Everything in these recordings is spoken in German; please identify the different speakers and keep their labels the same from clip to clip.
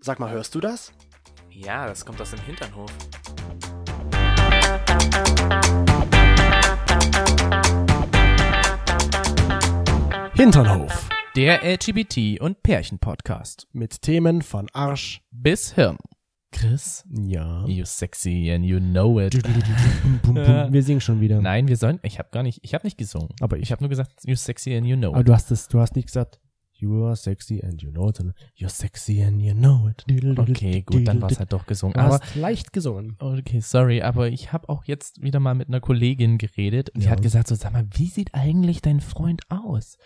Speaker 1: Sag mal, hörst du das?
Speaker 2: Ja, das kommt aus dem Hinternhof.
Speaker 1: Hinternhof.
Speaker 2: Der LGBT- und Pärchen-Podcast.
Speaker 1: Mit Themen von Arsch.
Speaker 2: Bis Hirn. Chris,
Speaker 1: Ja.
Speaker 2: you sexy and you know it.
Speaker 1: Wir singen schon wieder.
Speaker 2: Nein, wir sollen. Ich habe gar nicht. Ich habe nicht gesungen.
Speaker 1: Aber ich- Ah,
Speaker 2: ich habe nur gesagt, you sexy and you know
Speaker 1: Aber
Speaker 2: it.
Speaker 1: du hast es, du hast nicht gesagt. You are sexy and you know it. sondern You're sexy and you know it.
Speaker 2: Okay, gut, dann war es halt doch gesungen.
Speaker 1: Du
Speaker 2: Aber
Speaker 1: hast leicht gesungen.
Speaker 2: okay, sorry, aber ich habe auch jetzt wieder mal mit einer Kollegin geredet und die
Speaker 1: Ja.
Speaker 2: hat gesagt, so sag mal, wie sieht eigentlich dein Freund aus?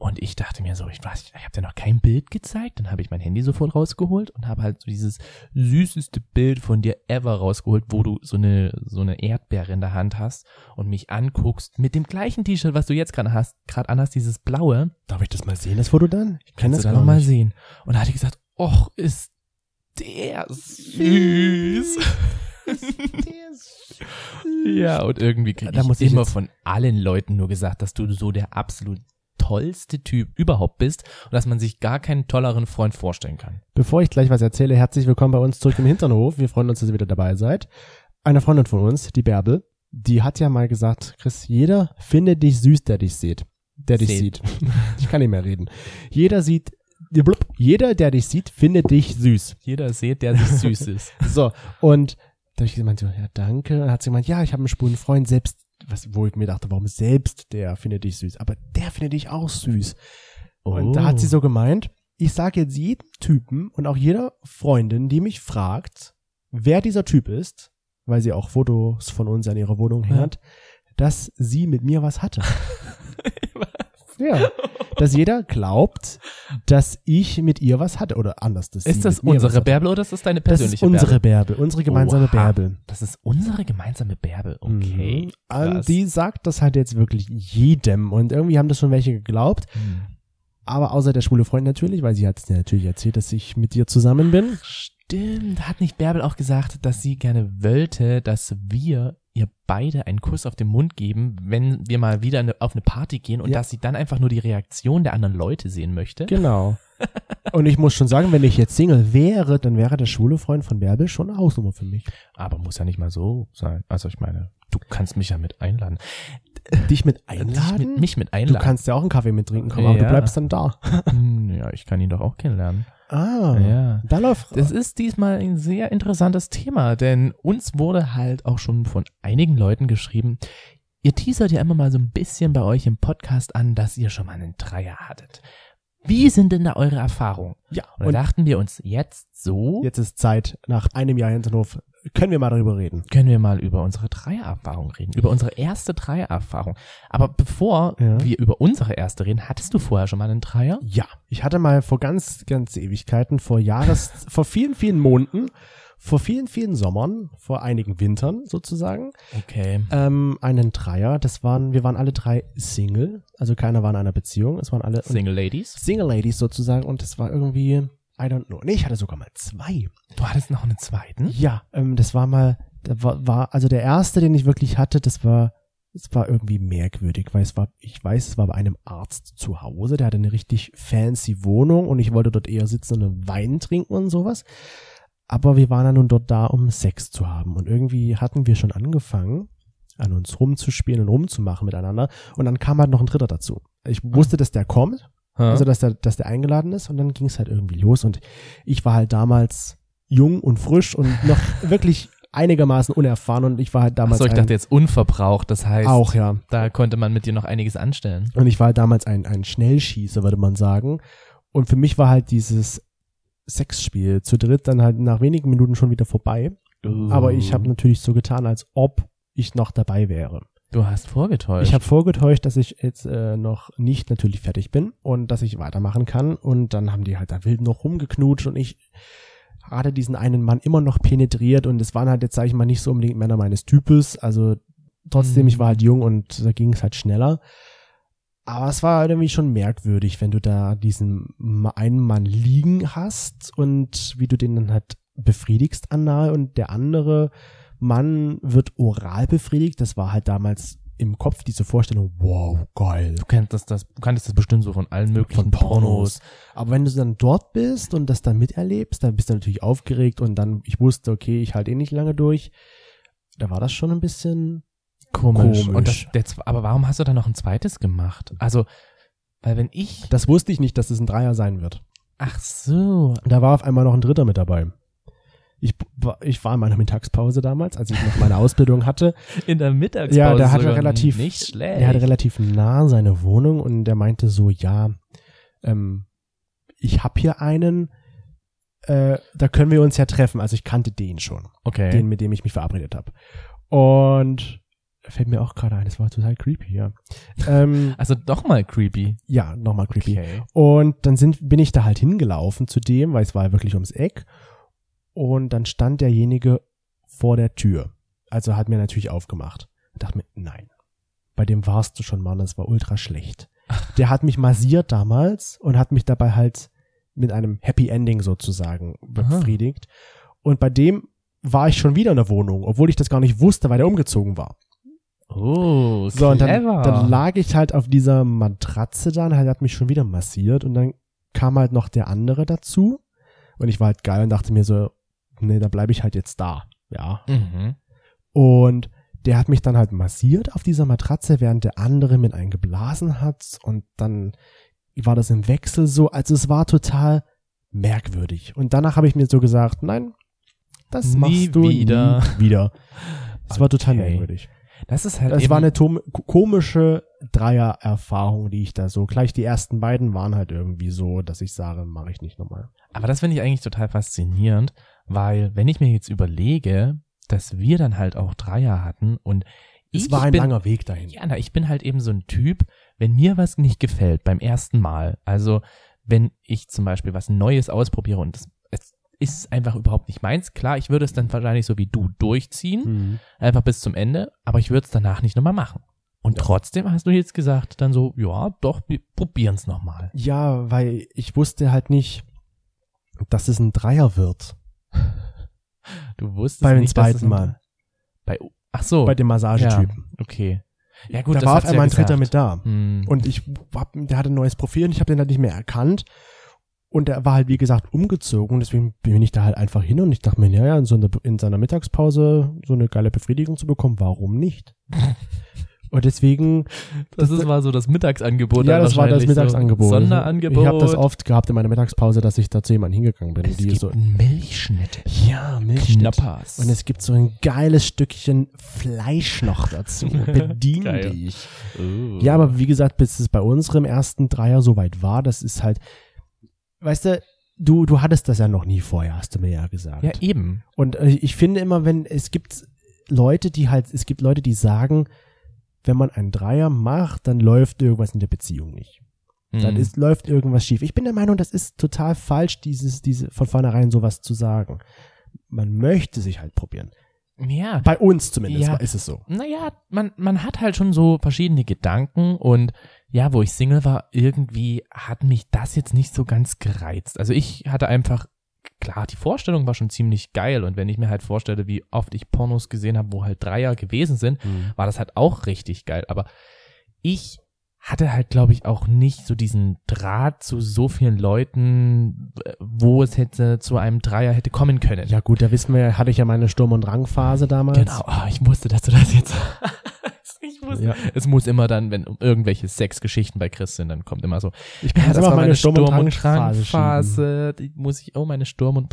Speaker 2: Und ich dachte mir so, ich weiß, ich habe dir noch kein Bild gezeigt. Dann habe ich mein Handy sofort rausgeholt und habe halt so dieses süßeste Bild von dir ever rausgeholt, wo du so eine so eine Erdbeere in der Hand hast und mich anguckst mit dem gleichen T-Shirt, was du jetzt gerade hast, gerade anhast, dieses blaue.
Speaker 1: Darf ich das mal sehen, das Foto dann? Ich kann
Speaker 2: Kannst
Speaker 1: das
Speaker 2: du da
Speaker 1: gar
Speaker 2: nochmal
Speaker 1: nicht.
Speaker 2: sehen? Und da hat die gesagt, och, ist der süß. ja, und irgendwie krieg
Speaker 1: Da
Speaker 2: ich
Speaker 1: muss ich
Speaker 2: immer
Speaker 1: jetzt-
Speaker 2: von allen Leuten nur gesagt, dass du so der absolut tollste Typ überhaupt bist und dass man sich gar keinen tolleren Freund vorstellen kann.
Speaker 1: Bevor ich gleich was erzähle, herzlich willkommen bei uns zurück im Hinternhof. Wir freuen uns, dass ihr wieder dabei seid. Eine Freundin von uns, die Bärbel, die hat ja mal gesagt, Chris, jeder findet dich süß, der dich sieht. Der dich
Speaker 2: Seht.
Speaker 1: sieht. Ich kann nicht mehr reden. Jeder sieht, blub, jeder, der dich sieht, findet dich süß.
Speaker 2: Jeder seht, der sich süß ist.
Speaker 1: So, und da habe ich gemeint, so, ja, danke. Und dann hat sie gemeint, ja, ich habe einen schwulen Freund, selbst, was, wo ich mir dachte, warum selbst der findet dich süß? Aber der findet dich auch süß. Und da
Speaker 2: Oh.
Speaker 1: hat sie so gemeint, ich sage jetzt jedem Typen und auch jeder Freundin, die mich fragt, wer dieser Typ ist, weil sie auch Fotos von uns an ihrer Wohnung hängt,
Speaker 2: Ja.
Speaker 1: hat, dass sie mit mir was hatte. Ja, dass jeder glaubt, dass ich mit ihr was hatte oder anders. Dass sie
Speaker 2: Ist das
Speaker 1: mit mir was
Speaker 2: unsere
Speaker 1: hatte.
Speaker 2: Bärbel oder ist das deine
Speaker 1: Das
Speaker 2: persönliche
Speaker 1: ist unsere
Speaker 2: Bärbel?
Speaker 1: Bärbel, unsere gemeinsame
Speaker 2: Oha.
Speaker 1: Bärbel.
Speaker 2: Das ist unsere gemeinsame Bärbel.
Speaker 1: Mhm.
Speaker 2: Okay.
Speaker 1: Ähm,
Speaker 2: krass.
Speaker 1: die sagt das halt jetzt wirklich jedem und irgendwie haben das schon welche geglaubt,
Speaker 2: Hm.
Speaker 1: aber außer der schwule Freund natürlich, weil sie hat es natürlich erzählt, dass ich mit dir zusammen bin.
Speaker 2: Stimmt, hat nicht Bärbel auch gesagt, dass sie gerne wollte, dass wir ihr beide einen Kuss auf den Mund geben, wenn wir mal wieder eine, auf eine Party gehen und
Speaker 1: Ja.
Speaker 2: dass sie dann einfach nur die Reaktion der anderen Leute sehen möchte?
Speaker 1: Genau. und ich muss schon sagen, wenn ich jetzt Single wäre, dann wäre der schwule Freund von Bärbel schon eine Hausnummer für mich.
Speaker 2: Aber muss ja nicht mal so sein. Also ich meine, du kannst mich ja mit einladen.
Speaker 1: Dich mit
Speaker 2: Dich
Speaker 1: einladen?
Speaker 2: mit, mich mit
Speaker 1: du
Speaker 2: einladen.
Speaker 1: kannst ja auch einen Kaffee mit trinken kommen, aber du
Speaker 2: Ja.
Speaker 1: bleibst dann da.
Speaker 2: Hm, ja, ich kann ihn doch auch kennenlernen.
Speaker 1: Ah.
Speaker 2: Ja.
Speaker 1: Da läuft
Speaker 2: Das ist diesmal ein sehr interessantes Thema, denn uns wurde halt auch schon von einigen Leuten geschrieben, ihr teasert ja immer mal so ein bisschen bei euch im Podcast an, dass ihr schon mal einen Dreier hattet. Wie sind denn da eure Erfahrungen?
Speaker 1: ja.
Speaker 2: Und, da
Speaker 1: Und
Speaker 2: dachten wir uns jetzt so,
Speaker 1: jetzt ist Zeit, nach einem Jahr Hinterhof, können wir mal darüber reden.
Speaker 2: können wir mal über unsere Dreiererfahrung reden, über unsere erste Dreiererfahrung. Aber bevor
Speaker 1: Ja.
Speaker 2: wir über unsere erste reden, hattest du vorher schon mal einen Dreier?
Speaker 1: Ja, ich hatte mal vor ganz, ganz Ewigkeiten, vor Jahres, vor vielen, vielen Monaten, vor vielen, vielen Sommern, vor einigen Wintern sozusagen,
Speaker 2: Okay.
Speaker 1: ähm, einen Dreier. Das waren, wir waren alle drei Single, also keiner war in einer Beziehung, es waren alle und
Speaker 2: Single Ladies?
Speaker 1: Single Ladies sozusagen und das war irgendwie, I don't know. Nee, ich hatte sogar mal zwei.
Speaker 2: Du hattest noch einen zweiten?
Speaker 1: Ja, ähm, das war mal, da war, war, also der erste, den ich wirklich hatte, das war, es war irgendwie merkwürdig, weil es war, ich weiß, es war bei einem Arzt zu Hause, der hatte eine richtig fancy Wohnung und ich wollte dort eher sitzen und einen Wein trinken und sowas. Aber wir waren ja nun dort da, um Sex zu haben und irgendwie hatten wir schon angefangen, an uns rumzuspielen und rumzumachen miteinander und dann kam halt noch ein Dritter dazu. Ich wusste, dass der kommt, also, dass der, dass der eingeladen ist und dann ging es halt irgendwie los und ich war halt damals jung und frisch und noch wirklich einigermaßen unerfahren und ich war halt damals
Speaker 2: Achso, ich
Speaker 1: ein,
Speaker 2: dachte jetzt unverbraucht, das heißt,
Speaker 1: auch, ja.
Speaker 2: Da konnte man mit dir noch einiges anstellen.
Speaker 1: Und ich war halt damals ein, ein Schnellschießer, würde man sagen. Und für mich war halt dieses Sexspiel zu dritt dann halt nach wenigen Minuten schon wieder vorbei. Uh. Aber ich
Speaker 2: Mhm.
Speaker 1: habe natürlich so getan, als ob ich noch dabei wäre.
Speaker 2: Du hast vorgetäuscht.
Speaker 1: Ich habe vorgetäuscht, dass ich jetzt äh, noch nicht natürlich fertig bin und dass ich weitermachen kann. Und dann haben die halt da wild noch rumgeknutscht und ich hatte diesen einen Mann immer noch penetriert und es waren halt jetzt, sage ich mal, nicht so unbedingt Männer meines Types. Also trotzdem,
Speaker 2: Mhm.
Speaker 1: ich war halt jung und da ging es halt schneller. Aber es war halt irgendwie schon merkwürdig, wenn du da diesen Ma- einen Mann liegen hast und wie du den dann halt befriedigst anal und der andere Mann wird oral befriedigt. Das war halt damals im Kopf diese Vorstellung, wow, geil.
Speaker 2: Du kennst das, das, du kanntest das bestimmt so von allen möglichen
Speaker 1: Von Pornos. Aber wenn du dann dort bist und das dann miterlebst, dann bist du natürlich aufgeregt und dann, ich wusste, okay, ich halte eh nicht lange durch. Da war das schon ein bisschen,
Speaker 2: Komisch.
Speaker 1: Komisch.
Speaker 2: Und das, der, zwe- aber warum hast du dann noch ein zweites gemacht? Also, weil wenn ich,
Speaker 1: das wusste ich nicht, dass es ein Dreier sein wird.
Speaker 2: ach so,
Speaker 1: Und da war auf einmal noch ein Dritter mit dabei. Ich, war- ich war in meiner Mittagspause damals, als ich noch meine Ausbildung hatte.
Speaker 2: in der Mittagspause.
Speaker 1: Ja, der hatte
Speaker 2: sogar
Speaker 1: relativ-
Speaker 2: nicht schlecht.
Speaker 1: Der hatte relativ nah seine Wohnung und der meinte so, ja, ähm, ich habe hier einen, äh, da können wir uns ja treffen. Also ich kannte den schon,
Speaker 2: okay.
Speaker 1: den, mit dem ich mich verabredet habe. Und fällt mir auch gerade ein, das war total creepy, ja. ähm,
Speaker 2: also doch mal creepy.
Speaker 1: ja, nochmal creepy. Und dann sind, bin ich da halt hingelaufen zu dem, weil es war ja wirklich ums Eck. Und dann stand derjenige vor der Tür. Also hat mir natürlich aufgemacht. Ich dachte mir, nein, bei dem warst du schon mal und das war ultra schlecht. Der hat mich massiert damals und hat mich dabei halt mit einem Happy Ending sozusagen befriedigt. Und bei dem war ich schon wieder in der Wohnung, obwohl ich das gar nicht wusste, weil der umgezogen war.
Speaker 2: Oh,
Speaker 1: So, und dann,
Speaker 2: clever.
Speaker 1: dann lag ich halt auf dieser Matratze dann, halt hat mich schon wieder massiert und dann kam halt noch der andere dazu und ich war halt geil und dachte mir so, nee, da bleibe ich halt jetzt da, ja.
Speaker 2: Mhm.
Speaker 1: Und der hat mich dann halt massiert auf dieser Matratze, während der andere mit einem geblasen hat und dann war das im Wechsel so, also es war total merkwürdig. Und danach habe ich mir so gesagt, nein, das
Speaker 2: Nie
Speaker 1: machst du
Speaker 2: wieder.
Speaker 1: nie wieder. Es war total
Speaker 2: Okay.
Speaker 1: merkwürdig.
Speaker 2: Das ist halt
Speaker 1: Das
Speaker 2: eben,
Speaker 1: war eine tom- ko- komische Dreier-Erfahrung, die ich da so. Gleich die ersten beiden waren halt irgendwie so, dass ich sage, mache ich nicht nochmal.
Speaker 2: aber das finde ich eigentlich total faszinierend, weil wenn ich mir jetzt überlege, dass wir dann halt auch Dreier hatten und ich
Speaker 1: Es war ein
Speaker 2: bin,
Speaker 1: langer Weg dahin.
Speaker 2: Ja, na, ich bin halt eben so ein Typ, wenn mir was nicht gefällt beim ersten Mal, also wenn ich zum Beispiel was Neues ausprobiere und das, es ist einfach überhaupt nicht meins, klar, ich würde es dann wahrscheinlich so wie du durchziehen,
Speaker 1: Mhm.
Speaker 2: einfach bis zum Ende, aber ich würde es danach nicht nochmal machen. Und trotzdem hast du jetzt gesagt, dann so, ja, doch, wir probieren es nochmal.
Speaker 1: Ja, weil ich wusste halt nicht, dass es ein Dreier wird.
Speaker 2: Du wusstest
Speaker 1: Beim
Speaker 2: nicht, dass
Speaker 1: zweiten
Speaker 2: es-
Speaker 1: Mal.
Speaker 2: Bei, ach so,
Speaker 1: Bei dem Massagetypen.
Speaker 2: okay. Oh. Ja gut,
Speaker 1: da
Speaker 2: das
Speaker 1: war auf
Speaker 2: hat's ja
Speaker 1: einmal ein Dritter
Speaker 2: gesagt.
Speaker 1: mit da.
Speaker 2: Hm.
Speaker 1: Und ich hab, der hatte ein neues Profil und ich habe den halt nicht mehr erkannt. Und er war halt, wie gesagt, umgezogen. Und deswegen bin ich da halt einfach hin und ich dachte mir, ja, ja, in, so einer- in seiner Mittagspause so eine geile Befriedigung zu bekommen, warum nicht? und deswegen,
Speaker 2: das, ist, war so das Mittagsangebot.
Speaker 1: ja,
Speaker 2: dann
Speaker 1: das war das
Speaker 2: wahrscheinlich so.
Speaker 1: Mittagsangebot.
Speaker 2: Sonderangebot.
Speaker 1: Ich habe das oft gehabt in meiner Mittagspause, dass ich da zu jemandem hingegangen bin.
Speaker 2: Es
Speaker 1: die
Speaker 2: gibt
Speaker 1: so,
Speaker 2: Milchschnitte.
Speaker 1: ja, Milchschnitt.
Speaker 2: Knappers.
Speaker 1: Und es gibt so ein geiles Stückchen Fleisch noch dazu. Bedien
Speaker 2: Geil.
Speaker 1: dich.
Speaker 2: oh.
Speaker 1: Ja, aber wie gesagt, bis es bei unserem ersten Dreier soweit war, das ist halt, weißt du, du, du hattest das ja noch nie vorher, hast du mir ja gesagt.
Speaker 2: ja, eben.
Speaker 1: Und äh, ich finde immer, wenn, es gibt Leute, die halt, es gibt Leute, die sagen, wenn man einen Dreier macht, dann läuft irgendwas in der Beziehung nicht. Dann
Speaker 2: Mhm.
Speaker 1: ist, läuft irgendwas schief. Ich bin der Meinung, das ist total falsch, dieses, diese, von vornherein sowas zu sagen. Man möchte sich halt probieren.
Speaker 2: ja.
Speaker 1: Bei uns zumindest
Speaker 2: Ja.
Speaker 1: ist es so.
Speaker 2: Naja, man, man hat halt schon so verschiedene Gedanken und ja, wo ich Single war, irgendwie hat mich das jetzt nicht so ganz gereizt. Also ich hatte einfach, klar, die Vorstellung war schon ziemlich geil und wenn ich mir halt vorstelle, wie oft ich Pornos gesehen habe, wo halt Dreier gewesen sind, war das halt auch richtig geil. Aber ich hatte halt, glaube ich, auch nicht so diesen Draht zu so vielen Leuten, äh, wo es hätte zu einem Dreier hätte kommen können.
Speaker 1: Ja gut, da wissen wir, hatte ich ja meine Sturm- und Rangphase damals.
Speaker 2: Genau, Ah, ich wusste, dass du das jetzt sagst. Ich wusste.
Speaker 1: Ja.
Speaker 2: Es muss immer dann, wenn irgendwelche Sexgeschichten bei Chris sind, dann kommt immer so,
Speaker 1: Ich
Speaker 2: ja,
Speaker 1: kann
Speaker 2: das war meine Sturm- und
Speaker 1: Drangphase schieben.
Speaker 2: Drangphase, die muss ich, oh, meine Sturm- und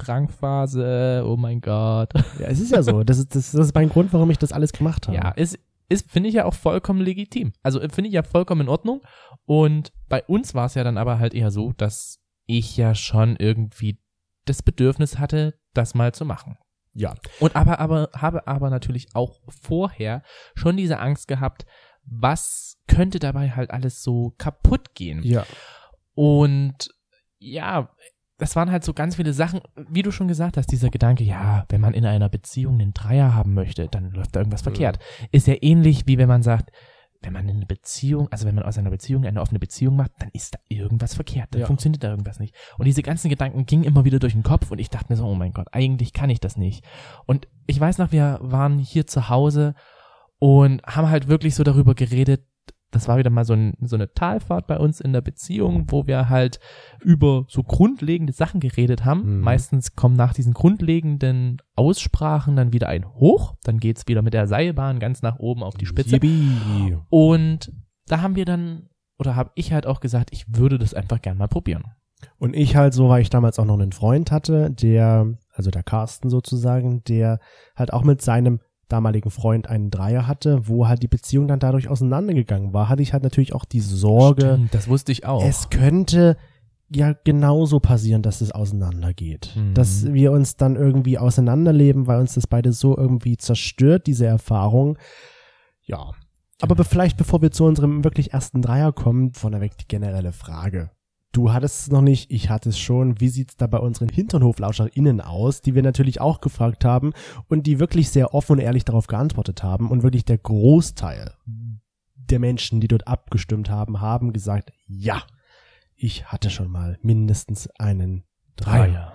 Speaker 2: Drangphase, oh mein Gott.
Speaker 1: Ja, es ist ja so. Das ist, das, das ist mein Grund, warum ich das alles gemacht habe.
Speaker 2: Ja, ist, ist finde ich ja auch vollkommen legitim. Also äh, finde ich ja vollkommen in Ordnung. Und bei uns war es ja dann aber halt eher so, dass ich ja schon irgendwie das Bedürfnis hatte, das mal zu machen.
Speaker 1: Ja.
Speaker 2: Und aber, aber, habe aber natürlich auch vorher schon diese Angst gehabt, was könnte dabei halt alles so kaputt gehen.
Speaker 1: Ja.
Speaker 2: Und ja, das waren halt so ganz viele Sachen, wie du schon gesagt hast, dieser Gedanke, ja, wenn man in einer Beziehung einen Dreier haben möchte, dann läuft da irgendwas verkehrt. Ist ja ähnlich wie wenn man sagt, wenn man in eine Beziehung, also wenn man aus einer Beziehung eine offene Beziehung macht, dann ist da irgendwas verkehrt, dann
Speaker 1: Ja.
Speaker 2: funktioniert da irgendwas nicht. Und diese ganzen Gedanken gingen immer wieder durch den Kopf und ich dachte mir so, oh mein Gott, eigentlich kann ich das nicht. Und ich weiß noch, wir waren hier zu Hause und haben halt wirklich so darüber geredet. Das war wieder mal so, ein, so eine Talfahrt bei uns in der Beziehung, wo wir halt über so grundlegende Sachen geredet haben.
Speaker 1: Mhm.
Speaker 2: Meistens kommen nach diesen grundlegenden Aussprachen dann wieder ein Hoch, dann geht's wieder mit der Seilbahn ganz nach oben auf die Spitze.
Speaker 1: Yippie.
Speaker 2: Und da haben wir dann, oder habe ich halt auch gesagt, ich würde das einfach gern mal probieren.
Speaker 1: Und ich halt so, weil ich damals auch noch einen Freund hatte, der, also der Carsten sozusagen, der halt auch mit seinem damaligen Freund einen Dreier hatte, wo halt die Beziehung dann dadurch auseinandergegangen war, hatte ich halt natürlich auch die Sorge,
Speaker 2: Stimmt, das wusste ich auch.
Speaker 1: es könnte ja genauso passieren, dass es auseinandergeht.
Speaker 2: Mhm.
Speaker 1: Dass wir uns dann irgendwie auseinanderleben, weil uns das beide so irgendwie zerstört, diese Erfahrung. Ja. Aber be vielleicht bevor wir zu unserem wirklich ersten Dreier kommen, vorneweg die generelle Frage. Du hattest es noch nicht, ich hatte es schon. Wie sieht's da bei unseren HinternhoflauscherInnen aus, die wir natürlich auch gefragt haben und die wirklich sehr offen und ehrlich darauf geantwortet haben und wirklich der Großteil der Menschen, die dort abgestimmt haben, haben gesagt, ja, ich hatte schon mal mindestens einen Dreier.
Speaker 2: Und
Speaker 1: Ah,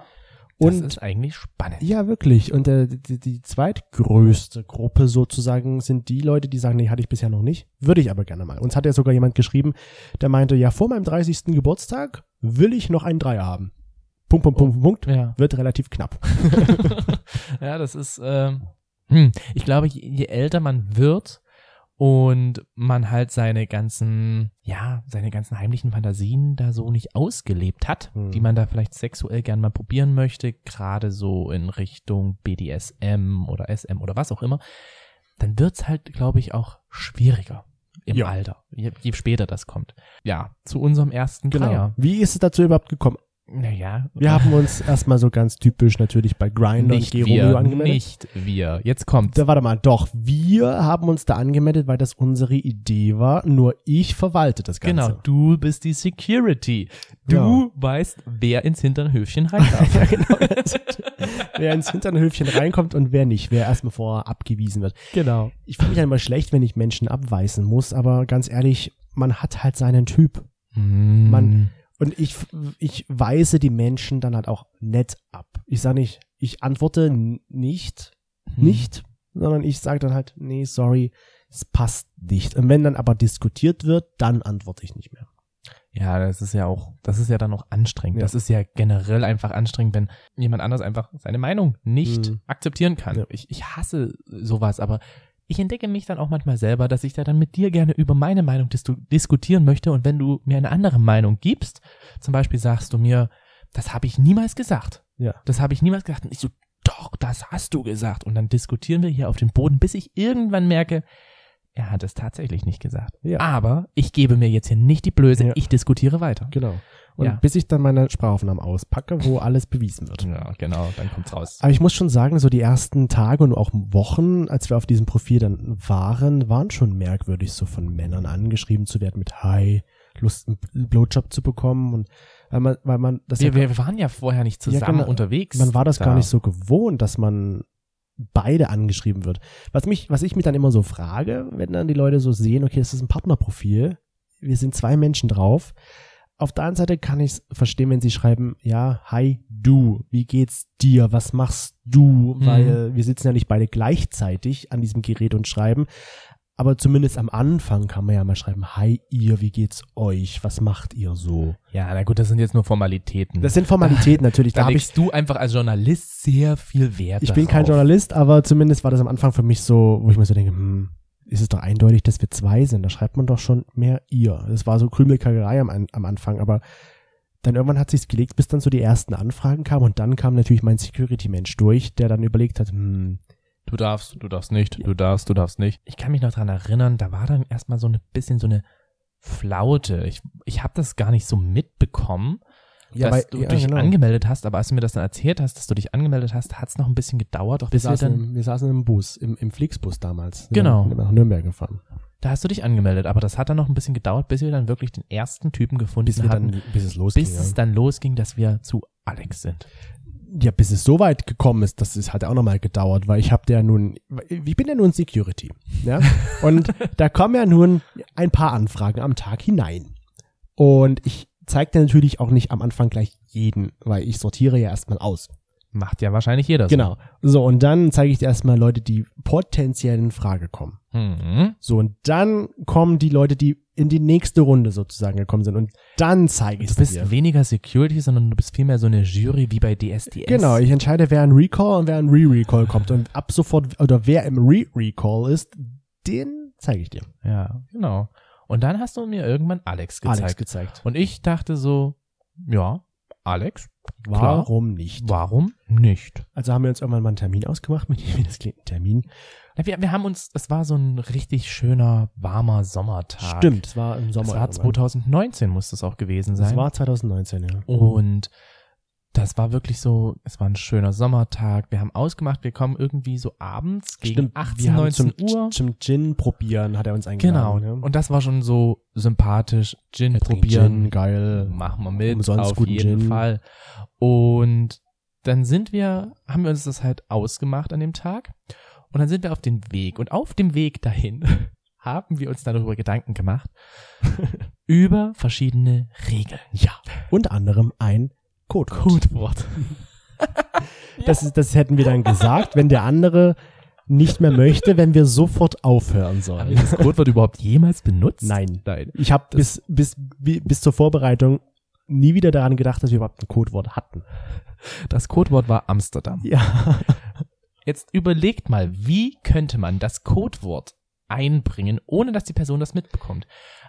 Speaker 1: Und-
Speaker 2: Ah, das ist eigentlich spannend.
Speaker 1: Ja, wirklich. Und äh, die, die zweitgrößte Gruppe sozusagen sind die Leute, die sagen, nee, hatte ich bisher noch nicht. Würde ich aber gerne mal. Uns hat ja sogar jemand geschrieben, der meinte, ja, vor meinem 30. Geburtstag will ich noch einen Dreier haben. Punkt, Punkt,
Speaker 2: Oh.
Speaker 1: Punkt, Punkt.
Speaker 2: Ja.
Speaker 1: Wird relativ knapp.
Speaker 2: ja, das ist, ähm, hm, ich glaube, je, je älter man wird und man halt seine ganzen, ja, seine ganzen heimlichen Fantasien da so nicht ausgelebt hat,
Speaker 1: Hm.
Speaker 2: die man da vielleicht sexuell gern mal probieren möchte, gerade so in Richtung BDSM oder SM oder was auch immer, dann wird's halt, glaube ich, auch schwieriger im
Speaker 1: Ja.
Speaker 2: Alter, je, je später das kommt. Ja, zu unserem ersten Dreier.
Speaker 1: Genau. Wie ist es dazu überhaupt gekommen?
Speaker 2: Naja,
Speaker 1: Wir haben uns erstmal so ganz typisch natürlich bei Grindr und
Speaker 2: nicht
Speaker 1: Geromeo
Speaker 2: wir,
Speaker 1: angemeldet.
Speaker 2: nicht wir. Jetzt kommt's.
Speaker 1: Da, warte mal, doch, wir haben uns da angemeldet, weil das unsere Idee war, nur ich verwalte das Ganze.
Speaker 2: Genau, du bist die Security. Du
Speaker 1: Ja.
Speaker 2: weißt, wer ins Hinternhöfchen rein darf. ja, genau.
Speaker 1: wer ins Hinternhöfchen reinkommt und wer nicht, wer erstmal vorher abgewiesen wird.
Speaker 2: genau.
Speaker 1: Ich fühle mich dann immer schlecht, wenn ich Menschen abweisen muss, aber ganz ehrlich, man hat halt seinen Typ. Hm.
Speaker 2: Man,
Speaker 1: Und ich, ich weise die Menschen dann halt auch nett ab. Ich sage nicht, ich antworte n- nicht,
Speaker 2: Hm.
Speaker 1: nicht, sondern ich sage dann halt, nee, sorry, es passt nicht. Und wenn dann aber diskutiert wird, dann antworte ich nicht mehr.
Speaker 2: Ja, das ist ja auch, das ist ja dann auch anstrengend.
Speaker 1: Ja.
Speaker 2: Das ist ja generell einfach anstrengend, wenn jemand anders einfach seine Meinung nicht
Speaker 1: Mhm.
Speaker 2: akzeptieren kann.
Speaker 1: Ja.
Speaker 2: Ich, ich hasse sowas, aber ich entdecke mich dann auch manchmal selber, dass ich da dann mit dir gerne über meine Meinung dis diskutieren möchte. Und wenn du mir eine andere Meinung gibst, zum Beispiel sagst du mir, das habe ich niemals gesagt.
Speaker 1: Ja.
Speaker 2: Das habe ich niemals gesagt. Und ich so, doch, das hast du gesagt. Und dann diskutieren wir hier auf dem Boden, bis ich irgendwann merke, er hat es tatsächlich nicht gesagt.
Speaker 1: Ja.
Speaker 2: Aber ich gebe mir jetzt hier nicht die Blöße,
Speaker 1: Ja.
Speaker 2: ich diskutiere weiter.
Speaker 1: Genau. Und
Speaker 2: Ja.
Speaker 1: bis ich dann meine Sprachaufnahmen auspacke, wo alles bewiesen wird.
Speaker 2: Ja, genau, dann kommt's raus.
Speaker 1: Aber ich muss schon sagen, so die ersten Tage und auch Wochen, als wir auf diesem Profil dann waren, waren schon merkwürdig, so von Männern angeschrieben zu werden mit Hi, Lust, einen Blowjob zu bekommen und weil man, weil man das
Speaker 2: Also, Wir,
Speaker 1: ja,
Speaker 2: wir waren ja vorher nicht zusammen
Speaker 1: genau.
Speaker 2: unterwegs.
Speaker 1: man war das
Speaker 2: da.
Speaker 1: gar nicht so gewohnt, dass man beide angeschrieben wird. Was mich, was ich mich dann immer so frage, wenn dann die Leute so sehen, okay, das ist ein Partnerprofil, wir sind zwei Menschen drauf. Auf der anderen Seite kann ich es verstehen, wenn sie schreiben, ja, hi, du, wie geht's dir, was machst du,
Speaker 2: Mhm.
Speaker 1: weil wir sitzen ja nicht beide gleichzeitig an diesem Gerät und schreiben, aber zumindest am Anfang kann man ja mal schreiben, hi, ihr, wie geht's euch, was macht ihr so?
Speaker 2: Ja, na gut, das sind jetzt nur Formalitäten.
Speaker 1: Das sind Formalitäten natürlich, da,
Speaker 2: Mhm. da
Speaker 1: hab ich
Speaker 2: legst du einfach als Journalist sehr viel Wert
Speaker 1: Ich bin kein
Speaker 2: darauf.
Speaker 1: Journalist, aber zumindest war das am Anfang für mich so, wo ich mir so denke, hm, ist es doch eindeutig, dass wir zwei sind. Da schreibt man doch schon mehr ihr. Das war so Krümelkagerei am, An- am Anfang, aber dann irgendwann hat sich's gelegt, bis dann so die ersten Anfragen kamen und dann kam natürlich mein Security-Mensch durch, der dann überlegt hat, hm,
Speaker 2: Du darfst, du darfst nicht, du darfst, du darfst nicht. Ich kann mich noch dran erinnern, da war dann erstmal so ein bisschen so eine Flaute. Ich, ich habe das gar nicht so mitbekommen, dass
Speaker 1: weil-
Speaker 2: du
Speaker 1: ja,
Speaker 2: dich
Speaker 1: genau.
Speaker 2: angemeldet hast, aber als du mir das dann erzählt hast, dass du dich angemeldet hast, hat's noch ein bisschen gedauert,
Speaker 1: wir
Speaker 2: bis wir
Speaker 1: saßen,
Speaker 2: dann,
Speaker 1: im, wir saßen im Bus, im, im Flixbus damals. Sind
Speaker 2: Genau.
Speaker 1: wir Nach Nürnberg gefahren.
Speaker 2: da hast du dich angemeldet, aber das hat dann noch ein bisschen gedauert, bis wir dann wirklich den ersten Typen gefunden
Speaker 1: Bis, wir
Speaker 2: hatten,
Speaker 1: dann, bis es losging.
Speaker 2: bis
Speaker 1: ja.
Speaker 2: es dann losging, dass wir zu Alex sind.
Speaker 1: ja, bis es so weit gekommen ist, das ist, hat auch nochmal gedauert, weil ich habe ja nun, ich bin ja nun Security, ja, und da kommen ja nun ein paar Anfragen am Tag hinein. Und ich zeige dir natürlich auch nicht am Anfang gleich jeden, weil ich sortiere ja erstmal aus.
Speaker 2: Macht ja wahrscheinlich jeder so.
Speaker 1: Genau. So, und dann zeige ich dir erstmal Leute, die potenziell in Frage kommen.
Speaker 2: Mhm.
Speaker 1: So, und dann kommen die Leute, die in die nächste Runde sozusagen gekommen sind. Und dann zeige ich
Speaker 2: Du
Speaker 1: es
Speaker 2: bist
Speaker 1: dir.
Speaker 2: weniger Security, sondern du bist vielmehr so eine Jury wie bei DSDS.
Speaker 1: Genau, ich entscheide, wer ein Recall und wer ein Re-Recall kommt. Und ab sofort, oder wer im Re-Recall ist, den zeige ich dir.
Speaker 2: Ja, genau. Und dann hast du mir irgendwann Alex gezeigt.
Speaker 1: Alex gezeigt.
Speaker 2: Und ich dachte so, ja, Alex, klar,
Speaker 1: Warum nicht?
Speaker 2: warum nicht?
Speaker 1: Also haben wir uns irgendwann mal einen Termin ausgemacht mit ihm, das klingt ein Termin.
Speaker 2: Ja, Wir, wir haben uns, es war so ein richtig schöner, warmer Sommertag.
Speaker 1: Stimmt, es war im Sommer.
Speaker 2: Es war
Speaker 1: irgendwann.
Speaker 2: 2019 muss das auch gewesen sein.
Speaker 1: Es war 2019, ja.
Speaker 2: Und das war wirklich so, es war ein schöner Sommertag. Wir haben ausgemacht, wir kommen irgendwie so abends gegen
Speaker 1: Stimmt,
Speaker 2: 18,
Speaker 1: wir haben
Speaker 2: 19
Speaker 1: zum,
Speaker 2: Uhr.
Speaker 1: Zum Gin probieren hat er uns
Speaker 2: Genau.
Speaker 1: eingeladen. Ja.
Speaker 2: Und das war schon so sympathisch. Gin
Speaker 1: Wir trinken
Speaker 2: probieren.
Speaker 1: Gin, geil.
Speaker 2: Machen wir mit,
Speaker 1: Umsonst
Speaker 2: auf
Speaker 1: guten
Speaker 2: jeden
Speaker 1: Gin.
Speaker 2: Fall. Und dann sind wir, haben wir uns das halt ausgemacht an dem Tag. Und dann sind wir auf den Weg. Und auf dem Weg dahin haben wir uns darüber Gedanken gemacht. über verschiedene Regeln. Ja.
Speaker 1: Unter anderem ein Codewort.
Speaker 2: Codewort.
Speaker 1: Das, ist, das hätten wir dann gesagt, wenn der andere nicht mehr möchte, wenn wir sofort aufhören
Speaker 2: Haben wir
Speaker 1: sollen.
Speaker 2: das Codewort überhaupt jemals benutzt?
Speaker 1: Nein.
Speaker 2: Nein.
Speaker 1: Ich habe bis, bis, bi- bis zur Vorbereitung nie wieder daran gedacht, dass wir überhaupt ein Codewort hatten.
Speaker 2: Das Codewort war Amsterdam.
Speaker 1: Ja.
Speaker 2: Jetzt überlegt mal, wie könnte man das Codewort einbringen, ohne dass die Person das mitbekommt.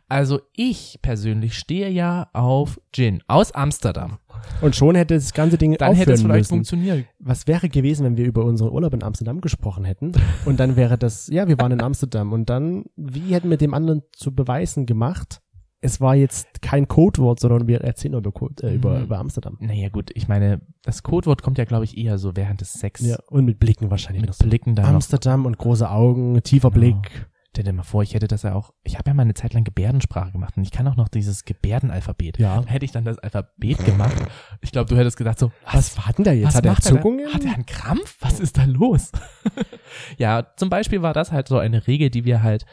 Speaker 2: Also ich persönlich stehe ja auf Gin aus Amsterdam.
Speaker 1: Und schon hätte das ganze Ding
Speaker 2: Dann
Speaker 1: aufhören
Speaker 2: hätte es vielleicht
Speaker 1: müssen.
Speaker 2: funktioniert.
Speaker 1: Was wäre gewesen, wenn wir über unseren Urlaub in Amsterdam gesprochen hätten? Und dann wäre das, ja, wir waren in Amsterdam. Und dann, wie hätten wir dem anderen zu beweisen gemacht? Es war jetzt kein Codewort, sondern wir erzählen über, Code, äh, über,
Speaker 2: Mhm.
Speaker 1: über Amsterdam.
Speaker 2: Naja gut, ich meine, das Codewort kommt ja glaube ich eher so während des Sex.
Speaker 1: Ja, und mit Blicken wahrscheinlich noch
Speaker 2: Mit
Speaker 1: so.
Speaker 2: Blicken da. noch.
Speaker 1: Amsterdam und große Augen, tiefer
Speaker 2: Genau.
Speaker 1: Blick.
Speaker 2: Stell dir mal vor, ich hätte das ja auch, ich habe ja mal eine Zeit lang Gebärdensprache gemacht und ich kann auch noch dieses Gebärdenalphabet.
Speaker 1: Ja.
Speaker 2: Dann hätte ich dann das Alphabet gemacht. Ich glaube, du hättest gedacht so,
Speaker 1: Was, war denn der jetzt?
Speaker 2: Was
Speaker 1: Hat er
Speaker 2: macht
Speaker 1: Zuckungen?
Speaker 2: Er da? Hat er einen Krampf? Was ist da los? ja, zum Beispiel war das halt so eine Regel, die wir halt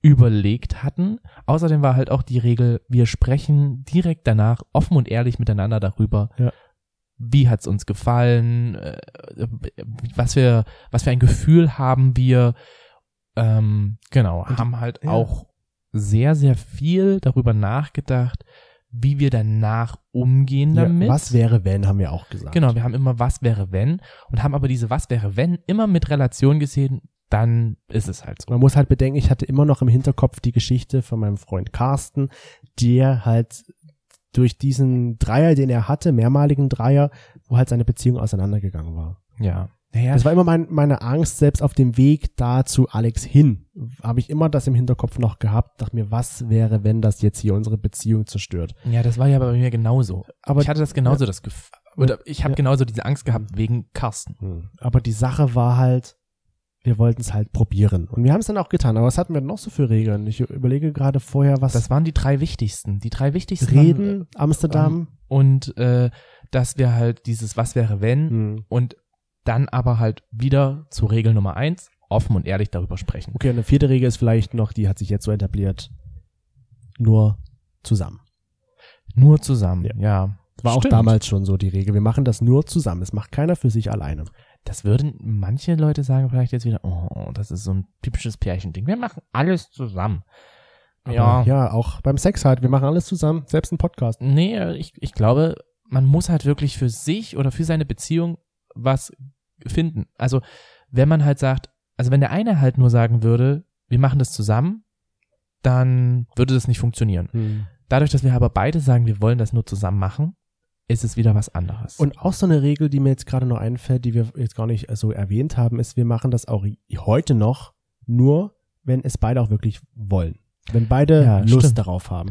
Speaker 2: überlegt hatten. Außerdem war halt auch die Regel, wir sprechen direkt danach offen und ehrlich miteinander darüber,
Speaker 1: Ja.
Speaker 2: wie hat's uns gefallen, äh, was wir, was für ein Gefühl haben wir. Ähm, genau,
Speaker 1: Und-
Speaker 2: haben halt
Speaker 1: ja.
Speaker 2: auch sehr, sehr viel darüber nachgedacht, wie wir danach umgehen damit.
Speaker 1: Ja, was wäre, wenn, haben wir auch gesagt.
Speaker 2: Genau, wir haben immer was wäre wenn und haben aber diese was wäre wenn immer mit Relation gesehen, dann ist es halt so.
Speaker 1: Man muss halt bedenken, ich hatte immer noch im Hinterkopf die Geschichte von meinem Freund Carsten, der halt durch diesen Dreier, den er hatte, mehrmaligen Dreier, wo halt seine Beziehung auseinandergegangen war.
Speaker 2: Ja. Naja,
Speaker 1: Das war immer mein, meine Angst, selbst auf dem Weg da zu Alex hin, habe ich immer das im Hinterkopf noch gehabt, dachte mir, was wäre, wenn das jetzt hier unsere Beziehung zerstört.
Speaker 2: ja, das war ja bei mir genauso.
Speaker 1: Aber
Speaker 2: ich hatte das genauso das Gefühl. Oder ich habe
Speaker 1: Ja.
Speaker 2: genauso diese Angst gehabt wegen Carsten.
Speaker 1: Hm. Aber die Sache war halt, wir wollten es halt probieren. Und wir haben es dann auch getan. Aber was hatten wir noch so für Regeln? Ich überlege gerade vorher, was
Speaker 2: Das waren die drei wichtigsten. Die drei wichtigsten waren, äh,
Speaker 1: Reden, Amsterdam.
Speaker 2: und äh, dass wir halt dieses was wäre wenn
Speaker 1: Hm.
Speaker 2: und dann aber halt wieder zu Regel Nummer eins offen und ehrlich darüber sprechen.
Speaker 1: Okay, und eine vierte Regel ist vielleicht noch, die hat sich jetzt so etabliert, nur zusammen.
Speaker 2: Nur zusammen.
Speaker 1: Ja.
Speaker 2: Ja.
Speaker 1: War auch
Speaker 2: Stimmt.
Speaker 1: damals schon so die Regel. Wir machen das nur zusammen. Das macht keiner für sich alleine.
Speaker 2: Das würden manche Leute sagen vielleicht jetzt wieder, oh, das ist so ein typisches Pärchending. Wir machen alles zusammen.
Speaker 1: Aber
Speaker 2: ja.
Speaker 1: ja, auch beim Sex halt. Wir machen alles zusammen, selbst einen Podcast.
Speaker 2: Nee, ich, ich glaube, man muss halt wirklich für sich oder für seine Beziehung was finden. Also, wenn man halt sagt, also wenn der eine halt nur sagen würde, wir machen das zusammen, dann würde das nicht funktionieren. Dadurch, dass wir aber beide sagen, wir wollen das nur zusammen machen, ist es wieder was anderes.
Speaker 1: Und auch so eine Regel, die mir jetzt gerade noch einfällt, die wir jetzt gar nicht äh, so erwähnt haben, ist, wir machen das auch i- heute noch, nur wenn es beide auch wirklich wollen. Wenn beide
Speaker 2: Ja,
Speaker 1: Lust
Speaker 2: stimmt.
Speaker 1: darauf haben.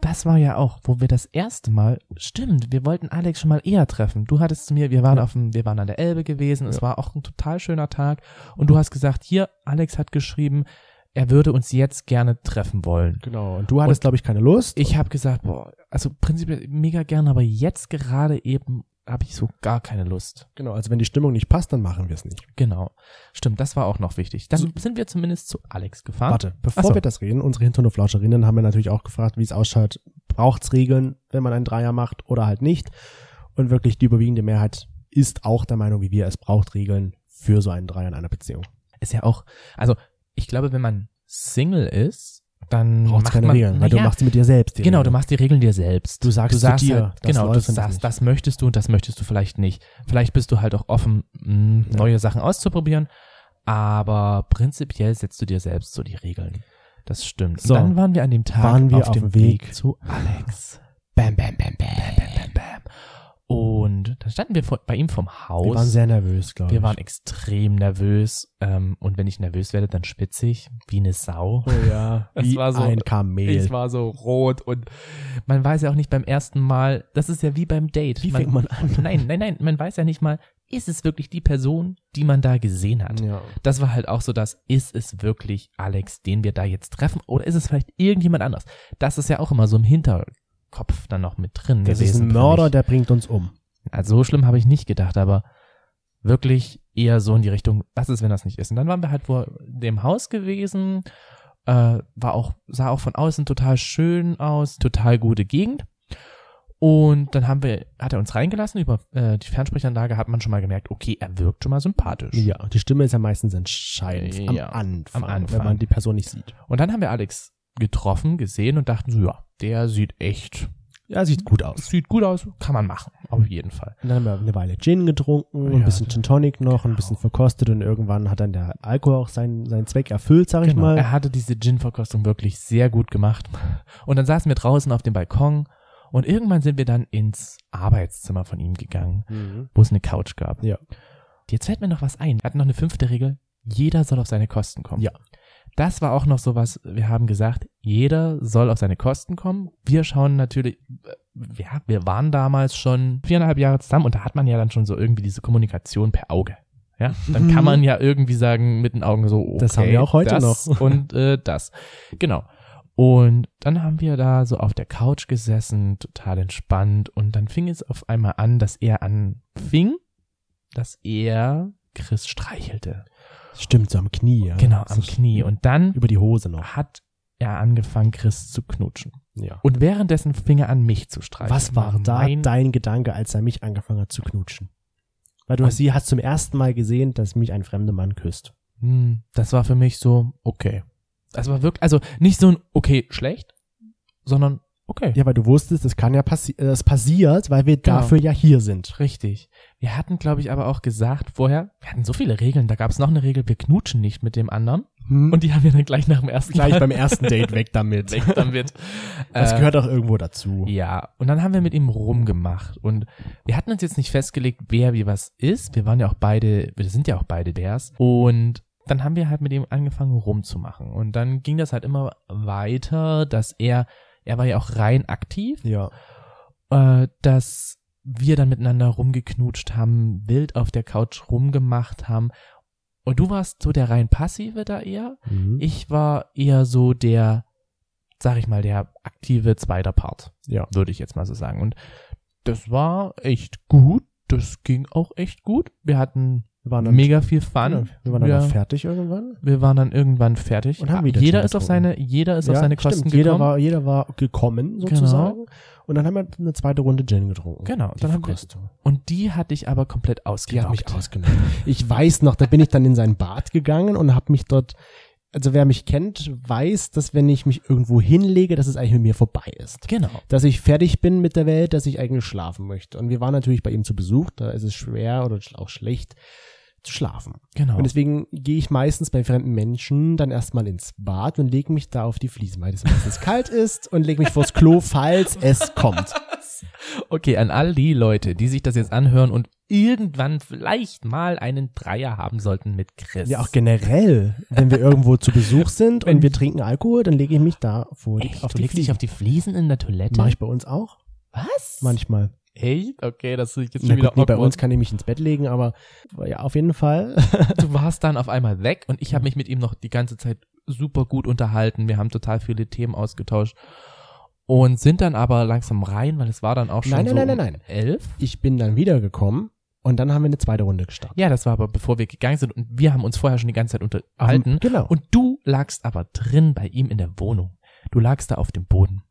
Speaker 2: Das war ja auch, wo wir das erste Mal, stimmt, wir wollten Alex schon mal eher treffen. Du hattest zu mir, wir waren auf dem, wir waren an der Elbe gewesen, es war auch ein total schöner Tag und du hast gesagt, hier, Alex hat geschrieben, er würde uns jetzt gerne treffen wollen.
Speaker 1: Genau. Und du hattest, glaube ich, keine Lust.
Speaker 2: Ich habe gesagt, boah, also prinzipiell mega gerne, aber jetzt gerade eben habe ich so gar keine Lust.
Speaker 1: genau. Also wenn die Stimmung nicht passt, dann machen wir es nicht.
Speaker 2: Genau. Stimmt, das war auch noch wichtig. Dann
Speaker 1: So-
Speaker 2: sind wir zumindest zu Alex gefahren.
Speaker 1: Warte, bevor
Speaker 2: Ach so.
Speaker 1: wir das reden, unsere Hinterhoflauscherinnen haben wir natürlich auch gefragt, wie es ausschaut. Braucht's Regeln, wenn man einen Dreier macht oder halt nicht? Und wirklich die überwiegende Mehrheit ist auch der Meinung wie wir, es braucht Regeln für so einen Dreier in einer Beziehung.
Speaker 2: Ist ja auch, also ich glaube, wenn man Single ist, dann
Speaker 1: Braucht
Speaker 2: macht
Speaker 1: keine
Speaker 2: man,
Speaker 1: Regeln,
Speaker 2: na
Speaker 1: weil du
Speaker 2: ja,
Speaker 1: machst sie mit dir selbst. die
Speaker 2: Genau, du
Speaker 1: Regeln.
Speaker 2: machst die Regeln dir selbst.
Speaker 1: Du sagst zu dir,
Speaker 2: halt,
Speaker 1: das
Speaker 2: genau,
Speaker 1: läuft und
Speaker 2: du
Speaker 1: das
Speaker 2: sagst,
Speaker 1: nicht.
Speaker 2: das möchtest du und das möchtest du vielleicht nicht. Vielleicht bist du halt auch offen, mh,
Speaker 1: Ja.
Speaker 2: neue Sachen auszuprobieren, aber prinzipiell setzt du dir selbst so die Regeln. Das stimmt.
Speaker 1: So.
Speaker 2: Und dann waren wir an dem Tag
Speaker 1: Waren wir
Speaker 2: auf, dem Weg, zu Alex. Bam, bam, bam, bam, bam, bam, bam. Und dann standen wir vor, bei ihm vom Haus.
Speaker 1: Wir waren sehr nervös, glaube ich.
Speaker 2: Wir waren extrem nervös. Ähm, und wenn ich nervös werde, dann spitze ich wie eine Sau.
Speaker 1: oh, ja.
Speaker 2: Es
Speaker 1: wie
Speaker 2: war so-
Speaker 1: ein Kamel.
Speaker 2: Ich war so rot und man weiß ja auch nicht beim ersten Mal, das ist ja wie beim Date.
Speaker 1: Wie fängt man an?
Speaker 2: Nein, nein, nein, man weiß ja nicht mal, ist es wirklich die Person, die man da gesehen hat?
Speaker 1: ja.
Speaker 2: Das war halt auch so das, ist es wirklich Alex, den wir da jetzt treffen oder ist es vielleicht irgendjemand anders? Das ist ja auch immer so im Hinterkopf dann noch mit drin
Speaker 1: Das ist
Speaker 2: gewesen.
Speaker 1: ein
Speaker 2: für
Speaker 1: Mörder,
Speaker 2: mich.
Speaker 1: der bringt uns um.
Speaker 2: Also so schlimm habe ich nicht gedacht, aber wirklich eher so in die Richtung, was ist, wenn das nicht ist? Und dann waren wir halt vor dem Haus gewesen, äh, war auch, sah auch von außen total schön aus, total gute Gegend. Und dann haben wir, hat er uns reingelassen, über äh, die Fernsprechanlage hat man schon mal gemerkt, okay, er wirkt schon mal sympathisch.
Speaker 1: Ja, die Stimme ist ja meistens entscheidend
Speaker 2: Ja,
Speaker 1: am, Anfang,
Speaker 2: am Anfang.
Speaker 1: wenn man die Person nicht sieht.
Speaker 2: Und dann haben wir Alex getroffen, gesehen und dachten so, ja, der sieht echt,
Speaker 1: Ja, sieht gut aus.
Speaker 2: sieht gut aus, kann man machen, auf jeden Fall.
Speaker 1: Und dann haben wir eine Weile Gin getrunken, ein
Speaker 2: Ja,
Speaker 1: bisschen Gin Tonic noch, ein bisschen verkostet und irgendwann hat dann der Alkohol auch seinen, seinen Zweck erfüllt, sag ich
Speaker 2: Genau.
Speaker 1: mal.
Speaker 2: Er hatte diese Gin-Verkostung wirklich sehr gut gemacht. Und dann saßen wir draußen auf dem Balkon und irgendwann sind wir dann ins Arbeitszimmer von ihm gegangen,
Speaker 1: Mhm.
Speaker 2: wo es eine Couch gab.
Speaker 1: Ja.
Speaker 2: Jetzt fällt mir noch was ein. Wir hatten noch eine fünfte Regel. Jeder soll auf seine Kosten kommen.
Speaker 1: Ja.
Speaker 2: Das war auch noch so was, wir haben gesagt, jeder soll auf seine Kosten kommen. Wir schauen natürlich, äh, ja, wir waren damals schon viereinhalb Jahre zusammen und da hat man ja dann schon so irgendwie diese Kommunikation per Auge. Ja, dann
Speaker 1: Mhm.
Speaker 2: kann man ja irgendwie sagen mit den Augen so, oh, okay,
Speaker 1: Das haben wir auch heute
Speaker 2: das
Speaker 1: noch.
Speaker 2: Und äh, das. Genau. Und dann haben wir da so auf der Couch gesessen, total entspannt. Und dann fing es auf einmal an, dass er anfing, dass er Chris streichelte.
Speaker 1: Stimmt, so am Knie. Ja.
Speaker 2: genau, am
Speaker 1: So
Speaker 2: Knie. Und dann
Speaker 1: Über die Hose noch.
Speaker 2: hat er angefangen, Chris zu knutschen.
Speaker 1: Ja.
Speaker 2: Und währenddessen fing er an, mich zu streicheln.
Speaker 1: Was war da
Speaker 2: mein,
Speaker 1: dein Gedanke, als er mich angefangen hat zu knutschen? Weil du
Speaker 2: Und-
Speaker 1: sie hast zum ersten Mal gesehen, dass mich ein fremder Mann küsst.
Speaker 2: Hm, Das war für mich so, okay. Das war wirklich, also nicht so ein, okay, schlecht, sondern okay.
Speaker 1: Ja, weil du wusstest, das kann ja passieren, das passiert, weil wir
Speaker 2: Genau.
Speaker 1: dafür ja hier sind.
Speaker 2: Richtig. Wir hatten, glaube ich, aber auch gesagt vorher, wir hatten so viele Regeln, da gab es noch eine Regel, wir knutschen nicht mit dem anderen. Und die haben wir dann gleich nach dem ersten
Speaker 1: Mhm. gleich
Speaker 2: Mal
Speaker 1: beim ersten Date weg damit.
Speaker 2: weg damit.
Speaker 1: Das
Speaker 2: Äh,
Speaker 1: gehört auch irgendwo dazu.
Speaker 2: Ja, und dann haben wir mit ihm rumgemacht und wir hatten uns jetzt nicht festgelegt, wer wie was ist. Wir waren ja auch beide, wir sind ja auch beide ders und dann haben wir halt mit ihm angefangen rumzumachen und dann ging das halt immer weiter, dass er, er war ja auch rein aktiv,
Speaker 1: Ja.
Speaker 2: äh, dass wir dann miteinander rumgeknutscht haben, wild auf der Couch rumgemacht haben und du warst so der rein passive da eher.
Speaker 1: Mhm.
Speaker 2: Ich war eher so der, sag ich mal, der aktive zweiter Part.
Speaker 1: Ja.
Speaker 2: Würde ich jetzt mal so sagen. Und das war echt gut. Das ging auch echt gut. Wir hatten
Speaker 1: Wir waren dann,
Speaker 2: mega
Speaker 1: ja,
Speaker 2: viel Fun.
Speaker 1: wir waren dann
Speaker 2: Ja.
Speaker 1: fertig irgendwann.
Speaker 2: Wir waren dann irgendwann fertig.
Speaker 1: Und haben wieder
Speaker 2: jeder
Speaker 1: Gin
Speaker 2: ist auf
Speaker 1: getrunken.
Speaker 2: seine, jeder ist auf
Speaker 1: Ja,
Speaker 2: seine
Speaker 1: stimmt.
Speaker 2: Kosten
Speaker 1: jeder
Speaker 2: gekommen.
Speaker 1: War, jeder war gekommen, sozusagen. Und dann haben wir eine zweite Runde Gin getrunken.
Speaker 2: Genau,
Speaker 1: Die
Speaker 2: dann haben wir-
Speaker 1: Verkostung.
Speaker 2: Und die hatte ich aber komplett
Speaker 1: Die hat mich
Speaker 2: ausgenockt.
Speaker 1: ausgenommen. Ich weiß noch, da bin ich dann in sein Bad gegangen und habe mich dort, also wer mich kennt, weiß, dass wenn ich mich irgendwo hinlege, dass es eigentlich mit mir vorbei ist.
Speaker 2: Genau.
Speaker 1: Dass ich fertig bin mit der Welt, dass ich eigentlich schlafen möchte. Und wir waren natürlich bei ihm zu Besuch, da ist es schwer oder sch- auch schlecht zu schlafen.
Speaker 2: Genau.
Speaker 1: Und deswegen gehe ich meistens bei fremden Menschen dann erstmal ins Bad und lege mich da auf die Fliesen, weil es meistens kalt ist und lege mich vors Klo, falls es kommt.
Speaker 2: Okay, an all die Leute, die sich das jetzt anhören und irgendwann vielleicht mal einen Dreier haben sollten mit Chris.
Speaker 1: Ja, auch generell, wenn wir irgendwo zu Besuch sind und
Speaker 2: Wenn-
Speaker 1: wir trinken Alkohol, dann lege ich mich da vor die,
Speaker 2: Echt,
Speaker 1: auf
Speaker 2: du
Speaker 1: die
Speaker 2: legst dich
Speaker 1: Fliesen.
Speaker 2: auf die Fliesen in der Toilette?
Speaker 1: Mache ich bei uns auch
Speaker 2: Was?
Speaker 1: manchmal.
Speaker 2: Echt? Okay, das ist jetzt
Speaker 1: Na
Speaker 2: schon wieder
Speaker 1: gut, nee, bei
Speaker 2: awkward.
Speaker 1: uns kann ich mich ins Bett legen, aber ja, auf jeden Fall.
Speaker 2: Du warst dann auf einmal weg und ich habe mich mit ihm noch die ganze Zeit super gut unterhalten. Wir haben total viele Themen ausgetauscht und sind dann aber langsam rein, weil es war dann auch schon
Speaker 1: Nein, nein,
Speaker 2: so
Speaker 1: nein,
Speaker 2: um
Speaker 1: nein, nein.
Speaker 2: elf.
Speaker 1: Ich bin dann wiedergekommen und dann haben wir eine zweite Runde gestartet.
Speaker 2: Ja, das war aber bevor wir gegangen sind und wir haben uns vorher schon die ganze Zeit unterhalten.
Speaker 1: Genau.
Speaker 2: Und du lagst aber drin bei ihm in der Wohnung. Du lagst da auf dem Boden.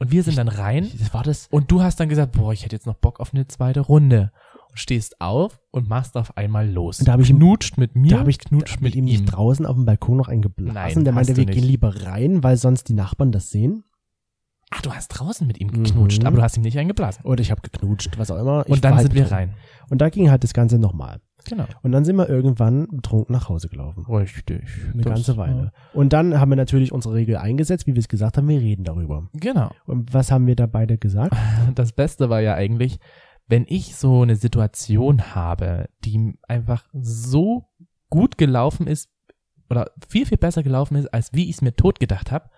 Speaker 2: Und wir sind dann rein
Speaker 1: war das?
Speaker 2: und du hast dann gesagt, boah, ich hätte jetzt noch Bock auf eine zweite Runde. Und stehst auf und machst auf einmal los.
Speaker 1: Und da hab ich ihm-
Speaker 2: knutscht mit mir,
Speaker 1: da hab ich-
Speaker 2: knutscht
Speaker 1: Hab
Speaker 2: mit
Speaker 1: ich ihm nicht
Speaker 2: ihm.
Speaker 1: draußen auf dem Balkon noch einen geblasen.
Speaker 2: Nein,
Speaker 1: der meinte,
Speaker 2: hast
Speaker 1: wir
Speaker 2: du
Speaker 1: gehen
Speaker 2: nicht.
Speaker 1: lieber rein, weil sonst die Nachbarn das sehen.
Speaker 2: Ach, du hast draußen mit ihm
Speaker 1: Mhm.
Speaker 2: geknutscht, aber du hast ihm nicht eingeblasen.
Speaker 1: Oder ich habe geknutscht, was auch immer. Ich
Speaker 2: Und
Speaker 1: war
Speaker 2: dann
Speaker 1: halt
Speaker 2: sind wir
Speaker 1: betrunken.
Speaker 2: rein.
Speaker 1: Und da ging halt das Ganze nochmal.
Speaker 2: Genau.
Speaker 1: Und dann sind wir irgendwann betrunken nach Hause gelaufen.
Speaker 2: Richtig.
Speaker 1: Eine ganze Weile. Und dann haben wir natürlich unsere Regel eingesetzt, wie wir es gesagt haben, wir reden darüber.
Speaker 2: Genau.
Speaker 1: Und was haben wir da beide gesagt?
Speaker 2: Und das Beste war ja eigentlich, wenn ich so eine Situation habe, die einfach so gut gelaufen ist oder viel, viel besser gelaufen ist, als wie ich es mir tot gedacht habe,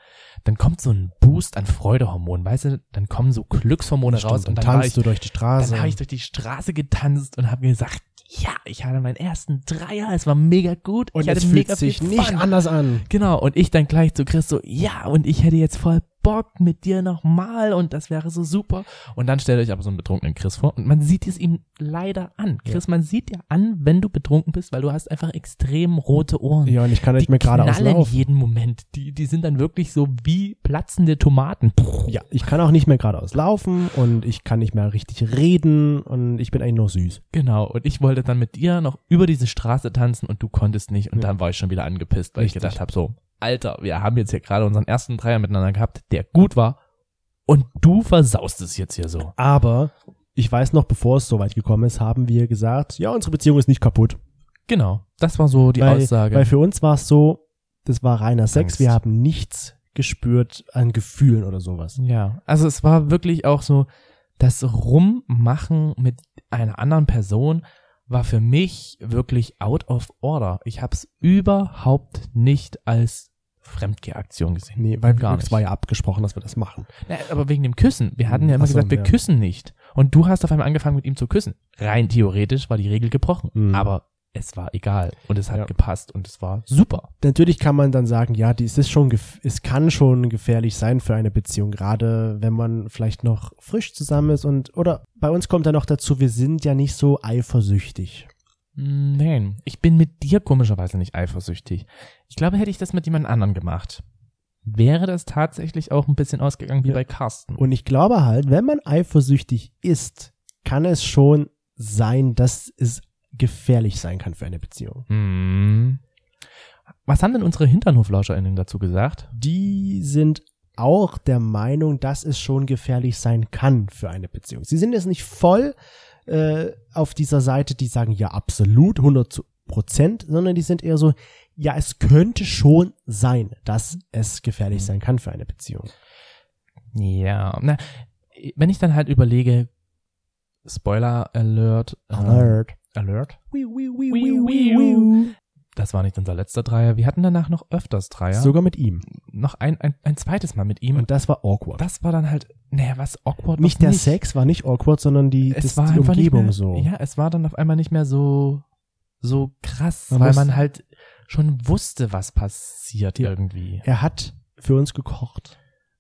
Speaker 2: dann kommt so ein Boost an Freudehormonen, weißt du, dann kommen so Glückshormone raus und
Speaker 1: Stimmt,
Speaker 2: dann, war
Speaker 1: tanzt
Speaker 2: ich,
Speaker 1: du durch die Straße.
Speaker 2: dann habe ich durch die Straße getanzt und habe mir gesagt, ja, ich hatte meinen ersten Dreier, es war mega gut,
Speaker 1: und
Speaker 2: ich hatte
Speaker 1: es
Speaker 2: mega
Speaker 1: fühlt sich
Speaker 2: viel
Speaker 1: nicht
Speaker 2: Fun.
Speaker 1: anders an.
Speaker 2: Genau, und ich dann gleich zu Chris so, ja, und ich hätte jetzt voll Bock mit dir nochmal und das wäre so super. Und dann stellt euch aber so einen betrunkenen Chris vor und man sieht es ihm leider an. Chris, man sieht dir an, wenn du betrunken bist, weil du hast einfach extrem rote Ohren.
Speaker 1: Ja, und ich kann nicht
Speaker 2: die
Speaker 1: mehr gerade
Speaker 2: knallen
Speaker 1: auslaufen.
Speaker 2: jeden Moment. Die, die sind dann wirklich so wie platzende Tomaten.
Speaker 1: Ja, ich kann auch nicht mehr geradeaus laufen und ich kann nicht mehr richtig reden und ich bin eigentlich nur süß.
Speaker 2: Genau, und ich wollte dann mit dir noch über diese Straße tanzen und du konntest nicht und
Speaker 1: Ja.
Speaker 2: dann war ich schon wieder angepisst, weil
Speaker 1: Richtig.
Speaker 2: ich gedacht habe so, Alter, wir haben jetzt hier gerade unseren ersten Dreier miteinander gehabt, der gut war und du versaust es jetzt hier so.
Speaker 1: Aber ich weiß noch, bevor es so weit gekommen ist, haben wir gesagt, ja, unsere Beziehung ist nicht kaputt.
Speaker 2: Genau, das war so die
Speaker 1: weil,
Speaker 2: Aussage.
Speaker 1: Weil für uns war es so, das war reiner Sex,
Speaker 2: Angst.
Speaker 1: wir haben nichts gespürt an Gefühlen oder sowas.
Speaker 2: ja, also es war wirklich auch so, das Rummachen mit einer anderen Person war für mich wirklich out of order. Ich habe es überhaupt nicht als Fremdgehaktion gesehen.
Speaker 1: Nee, weil
Speaker 2: Gar
Speaker 1: wir- es
Speaker 2: nicht.
Speaker 1: war ja abgesprochen, dass wir das machen.
Speaker 2: Na, Äh, aber wegen dem Küssen. Wir hatten ja immer
Speaker 1: Ach so,
Speaker 2: gesagt, wir
Speaker 1: ja.
Speaker 2: küssen nicht. Und du hast auf einmal angefangen, mit ihm zu küssen. Rein theoretisch war die Regel gebrochen.
Speaker 1: Mhm.
Speaker 2: Aber es war egal. Und es hat
Speaker 1: Ja.
Speaker 2: gepasst. Und es war super.
Speaker 1: Natürlich kann man dann sagen, ja, dies ist schon gef- es kann schon gefährlich sein für eine Beziehung, gerade wenn man vielleicht noch frisch zusammen ist und oder bei uns kommt dann noch dazu, wir sind ja nicht so eifersüchtig.
Speaker 2: Mm, Nein, ich bin mit dir komischerweise nicht eifersüchtig. Ich glaube, hätte ich das mit jemand anderem gemacht, wäre das tatsächlich auch ein bisschen ausgegangen wie
Speaker 1: Ja.
Speaker 2: bei Carsten.
Speaker 1: Und ich glaube halt, wenn man eifersüchtig ist, kann es schon sein, dass es gefährlich sein kann für eine Beziehung.
Speaker 2: Hm. Was haben denn unsere HinternhoflauscherInnen dazu gesagt?
Speaker 1: Die sind auch der Meinung, dass es schon gefährlich sein kann für eine Beziehung. Sie sind jetzt nicht voll äh, auf dieser Seite, die sagen ja absolut 100 Prozent, sondern die sind eher so, ja, es könnte schon sein, dass es gefährlich sein kann für eine Beziehung.
Speaker 2: Ja, na, wenn ich dann halt überlege, Spoiler Alert, ähm, Alert,
Speaker 1: Wii, wii, wii,
Speaker 2: Wii,
Speaker 1: wii,
Speaker 2: wii,
Speaker 1: wii.
Speaker 2: Das war nicht unser letzter Dreier. Wir hatten danach noch öfters Dreier.
Speaker 1: Sogar mit ihm.
Speaker 2: noch ein, ein, ein zweites Mal mit ihm.
Speaker 1: Und
Speaker 2: Und
Speaker 1: das war awkward.
Speaker 2: das war dann halt, naja, was awkward. was
Speaker 1: nicht der
Speaker 2: nicht.
Speaker 1: Sex war nicht awkward, sondern die,
Speaker 2: Es
Speaker 1: das,
Speaker 2: war
Speaker 1: die
Speaker 2: einfach
Speaker 1: Umgebung
Speaker 2: nicht mehr,
Speaker 1: so.
Speaker 2: Ja, es war dann auf einmal nicht mehr so, so krass,
Speaker 1: Man
Speaker 2: weil
Speaker 1: muss-
Speaker 2: man halt schon wusste, was passiert
Speaker 1: Ja.
Speaker 2: irgendwie.
Speaker 1: Er hat für uns gekocht.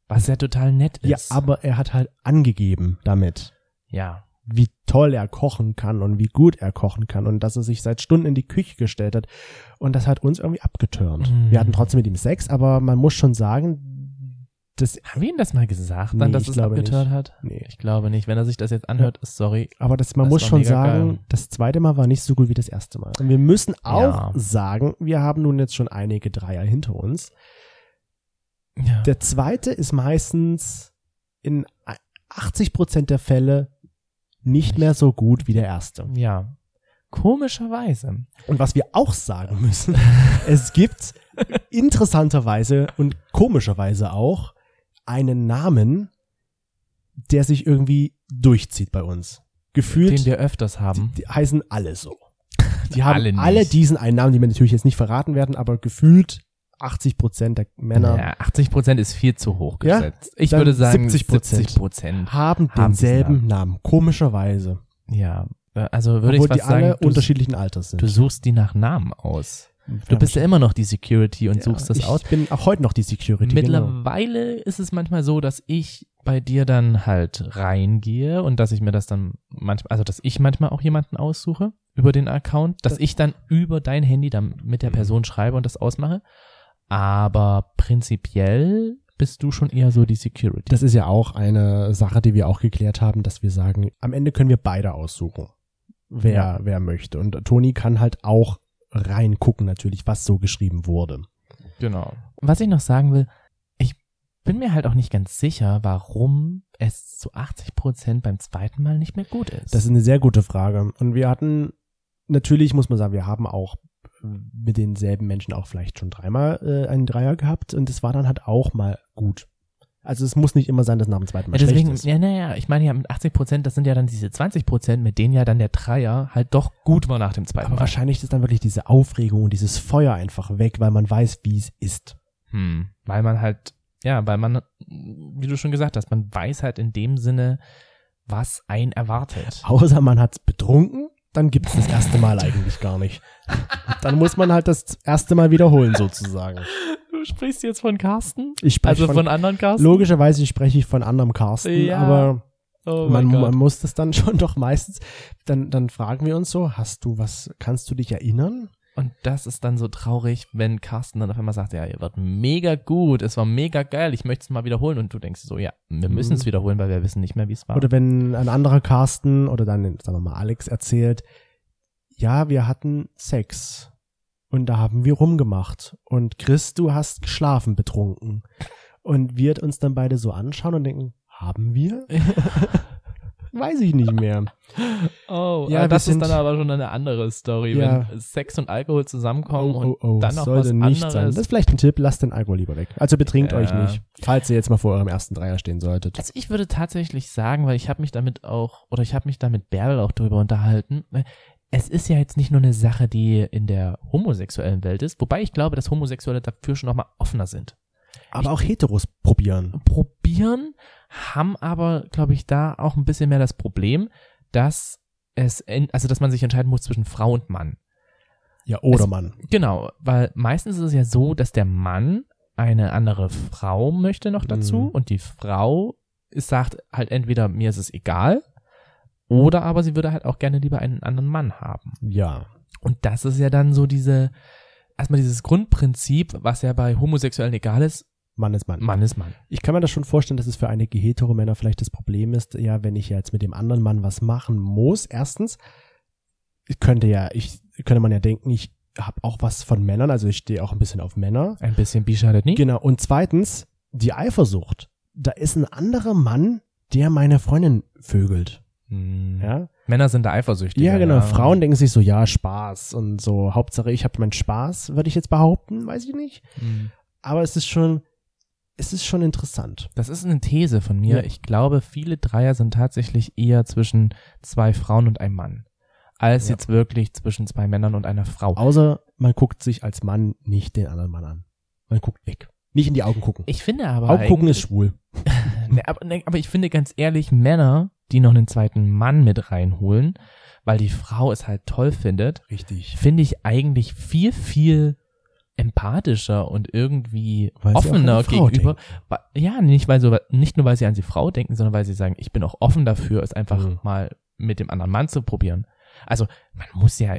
Speaker 2: Was ja total nett
Speaker 1: Ja,
Speaker 2: ist.
Speaker 1: aber er hat halt angegeben damit.
Speaker 2: ja.
Speaker 1: wie toll er kochen kann und wie gut er kochen kann und dass er sich seit Stunden in die Küche gestellt hat. Und das hat uns irgendwie abgeturnt.
Speaker 2: Mhm.
Speaker 1: Wir hatten trotzdem mit ihm Sex, aber man muss schon sagen, das,
Speaker 2: Haben wir ihm das mal gesagt,
Speaker 1: Nee,
Speaker 2: dann, dass
Speaker 1: ich
Speaker 2: es
Speaker 1: glaube
Speaker 2: abgetört hat?
Speaker 1: nee.
Speaker 2: Ich glaube nicht. Wenn er sich das jetzt anhört, ist sorry.
Speaker 1: Aber das, man
Speaker 2: Das
Speaker 1: muss
Speaker 2: war
Speaker 1: schon
Speaker 2: mega
Speaker 1: sagen,
Speaker 2: geil.
Speaker 1: das zweite Mal war nicht so gut wie das erste Mal. Und wir müssen auch
Speaker 2: Ja.
Speaker 1: sagen, wir haben nun jetzt schon einige Dreier hinter uns.
Speaker 2: Ja.
Speaker 1: Der zweite ist meistens in 80 Prozent der Fälle nicht mehr so gut wie der erste.
Speaker 2: ja. Komischerweise.
Speaker 1: Und was wir auch sagen müssen, es gibt interessanterweise und komischerweise auch einen Namen, der sich irgendwie durchzieht bei uns.
Speaker 2: Den
Speaker 1: Gefühlt
Speaker 2: wir öfters haben.
Speaker 1: die, die heißen alle so. Die haben alle,
Speaker 2: Alle nicht.
Speaker 1: diesen einen Namen, den wir natürlich jetzt nicht verraten werden, aber gefühlt 80 Prozent der Männer
Speaker 2: Ja, 80 Prozent ist viel zu hoch
Speaker 1: Ja,
Speaker 2: gesetzt. ich
Speaker 1: dann
Speaker 2: würde sagen
Speaker 1: 70%.
Speaker 2: 70 Prozent.
Speaker 1: haben
Speaker 2: haben diesen
Speaker 1: denselben
Speaker 2: Namen.
Speaker 1: Namen, komischerweise.
Speaker 2: Ja, äh, also würde
Speaker 1: Obwohl
Speaker 2: ich
Speaker 1: die
Speaker 2: fast
Speaker 1: alle
Speaker 2: sagen, du,
Speaker 1: unterschiedlichen Alters sind.
Speaker 2: du suchst die nach Namen aus. Du bist ja immer noch die Security und suchst das
Speaker 1: ich
Speaker 2: aus.
Speaker 1: Ich bin auch heute noch die Security. genau.
Speaker 2: Mittlerweile ist es manchmal so, dass ich bei dir dann halt reingehe und dass ich mir das dann manchmal, also dass ich manchmal auch jemanden aussuche über den Account, dass
Speaker 1: Das- Mhm.
Speaker 2: ich dann über dein Handy dann mit der Person schreibe und das ausmache. Aber prinzipiell bist du schon eher so die Security.
Speaker 1: Das ist ja auch eine Sache, die wir auch geklärt haben, dass wir sagen, am Ende können wir beide aussuchen. wer,
Speaker 2: Ja.
Speaker 1: wer möchte. Und Toni kann halt auch reingucken natürlich, was so geschrieben wurde.
Speaker 2: Genau. Was ich noch sagen will, ich bin mir halt auch nicht ganz sicher, warum es zu 80 Prozent beim zweiten Mal nicht mehr gut ist.
Speaker 1: Das ist eine sehr gute Frage. Und wir hatten, natürlich muss man sagen, wir haben auch äh, mit denselben Menschen auch vielleicht schon dreimal äh, einen Dreier gehabt und es war dann halt auch mal gut. Also es muss nicht immer sein, dass nach dem zweiten
Speaker 2: ja,
Speaker 1: Mal
Speaker 2: deswegen,
Speaker 1: schlecht ist.
Speaker 2: ja, naja, ich meine ja mit 80 Prozent, das sind ja dann diese 20 Prozent, mit denen ja dann der Dreier halt doch gut war nach dem zweiten
Speaker 1: Aber
Speaker 2: Mal.
Speaker 1: wahrscheinlich ist dann wirklich diese Aufregung und dieses Feuer einfach weg, weil man weiß, wie es ist.
Speaker 2: Hm. Weil man halt, ja, weil man, wie du schon gesagt hast, man weiß halt in dem Sinne, was einen erwartet.
Speaker 1: Außer man hat's betrunken, dann gibt's das erste Mal eigentlich gar nicht. Dann muss man halt das erste Mal wiederholen sozusagen.
Speaker 2: Du sprichst jetzt von Carsten?
Speaker 1: Ich spreche
Speaker 2: Also von,
Speaker 1: von,
Speaker 2: anderen Carsten?
Speaker 1: logischerweise spreche ich von anderem Carsten,
Speaker 2: Ja.
Speaker 1: aber
Speaker 2: oh
Speaker 1: man,
Speaker 2: mein Gott.
Speaker 1: man muss das dann schon doch meistens, dann, dann fragen wir uns so, hast du was, kannst du dich erinnern?
Speaker 2: Und das ist dann so traurig, wenn Carsten dann auf einmal sagt, ja, ihr wart mega gut, es war mega geil, ich möchte es mal wiederholen. Und du denkst so, ja, wir
Speaker 1: Mhm.
Speaker 2: müssen es wiederholen, weil wir wissen nicht mehr, wie es war.
Speaker 1: Oder wenn ein anderer Carsten oder dann, sagen wir mal, Alex erzählt, ja, wir hatten Sex und da haben wir rumgemacht und Chris, du hast geschlafen betrunken und wir uns dann beide so anschauen und denken, haben wir? Weiß ich nicht mehr.
Speaker 2: oh,
Speaker 1: Ja,
Speaker 2: ja,
Speaker 1: wir
Speaker 2: das ist
Speaker 1: sind-
Speaker 2: dann aber schon eine andere Story,
Speaker 1: Ja,
Speaker 2: wenn Sex und Alkohol zusammenkommen
Speaker 1: Oh, oh,
Speaker 2: und
Speaker 1: oh,
Speaker 2: dann noch was
Speaker 1: sollte nicht
Speaker 2: anderes.
Speaker 1: sein. Das ist vielleicht ein Tipp, lasst den Alkohol lieber weg. Also betrinkt
Speaker 2: Ja.
Speaker 1: euch nicht, falls ihr jetzt mal vor eurem ersten Dreier stehen solltet.
Speaker 2: Also ich würde tatsächlich sagen, weil ich habe mich damit auch, oder ich habe mich damit Bärbel auch drüber unterhalten, ne, es ist ja jetzt nicht nur eine Sache, die in der homosexuellen Welt ist, wobei ich glaube, dass Homosexuelle dafür schon nochmal offener sind.
Speaker 1: Aber auch Heteros probieren.
Speaker 2: Probieren, haben aber, glaube ich, da auch ein bisschen mehr das Problem, dass es, en- also dass man sich entscheiden muss zwischen Frau und Mann.
Speaker 1: Ja, oder
Speaker 2: Es-
Speaker 1: Mann.
Speaker 2: Genau, weil meistens ist es ja so, dass der Mann eine andere Frau möchte noch dazu
Speaker 1: Mhm.
Speaker 2: und die Frau ist, sagt halt entweder mir ist es egal oder aber sie würde halt auch gerne lieber einen anderen Mann haben.
Speaker 1: Ja.
Speaker 2: Und das ist ja dann so diese, erstmal dieses Grundprinzip, was ja bei Homosexuellen egal ist,
Speaker 1: Mann ist Mann.
Speaker 2: Mann ist Mann.
Speaker 1: Ich kann mir das schon vorstellen, dass es für einige hetero Männer vielleicht das Problem ist, ja, wenn ich ja jetzt mit dem anderen Mann was machen muss, erstens, ich könnte ja, ich könnte man ja denken, ich habe auch was von Männern, also ich stehe auch ein bisschen auf Männer.
Speaker 2: Ein bisschen bi schadet nie.
Speaker 1: Genau. Und zweitens, die Eifersucht. Da ist ein anderer Mann, der meine Freundin vögelt.
Speaker 2: Hm.
Speaker 1: Ja.
Speaker 2: Männer sind da eifersüchtig.
Speaker 1: Ja, genau. Frauen denken sich so, ja, Spaß und so. Hauptsache, ich habe meinen Spaß, würde ich jetzt behaupten, weiß ich nicht.
Speaker 2: Mhm.
Speaker 1: Aber es ist schon, es ist schon interessant.
Speaker 2: Das ist eine These von mir.
Speaker 1: Ja.
Speaker 2: Ich glaube, viele Dreier sind tatsächlich eher zwischen zwei Frauen und einem Mann, als
Speaker 1: Ja.
Speaker 2: jetzt wirklich zwischen zwei Männern und einer Frau.
Speaker 1: Außer man guckt sich als Mann nicht den anderen Mann an. Man guckt weg. Nicht in die Augen gucken.
Speaker 2: Ich finde aber,
Speaker 1: Augen gucken
Speaker 2: eigentlich-
Speaker 1: ist schwul.
Speaker 2: Ne, aber, ne, aber ich finde ganz ehrlich, Männer, die noch einen zweiten Mann mit reinholen, weil die Frau es halt toll findet,
Speaker 1: Richtig.
Speaker 2: finde ich eigentlich viel, viel empathischer und irgendwie
Speaker 1: Weil sie auch an
Speaker 2: offener
Speaker 1: die Frau
Speaker 2: gegenüber. Wa- Ja, nicht, weil so, nicht nur, weil sie an die Frau denken, sondern weil sie sagen, ich bin auch offen dafür, es einfach
Speaker 1: Mhm.
Speaker 2: mal mit dem anderen Mann zu probieren. Also, man muss ja,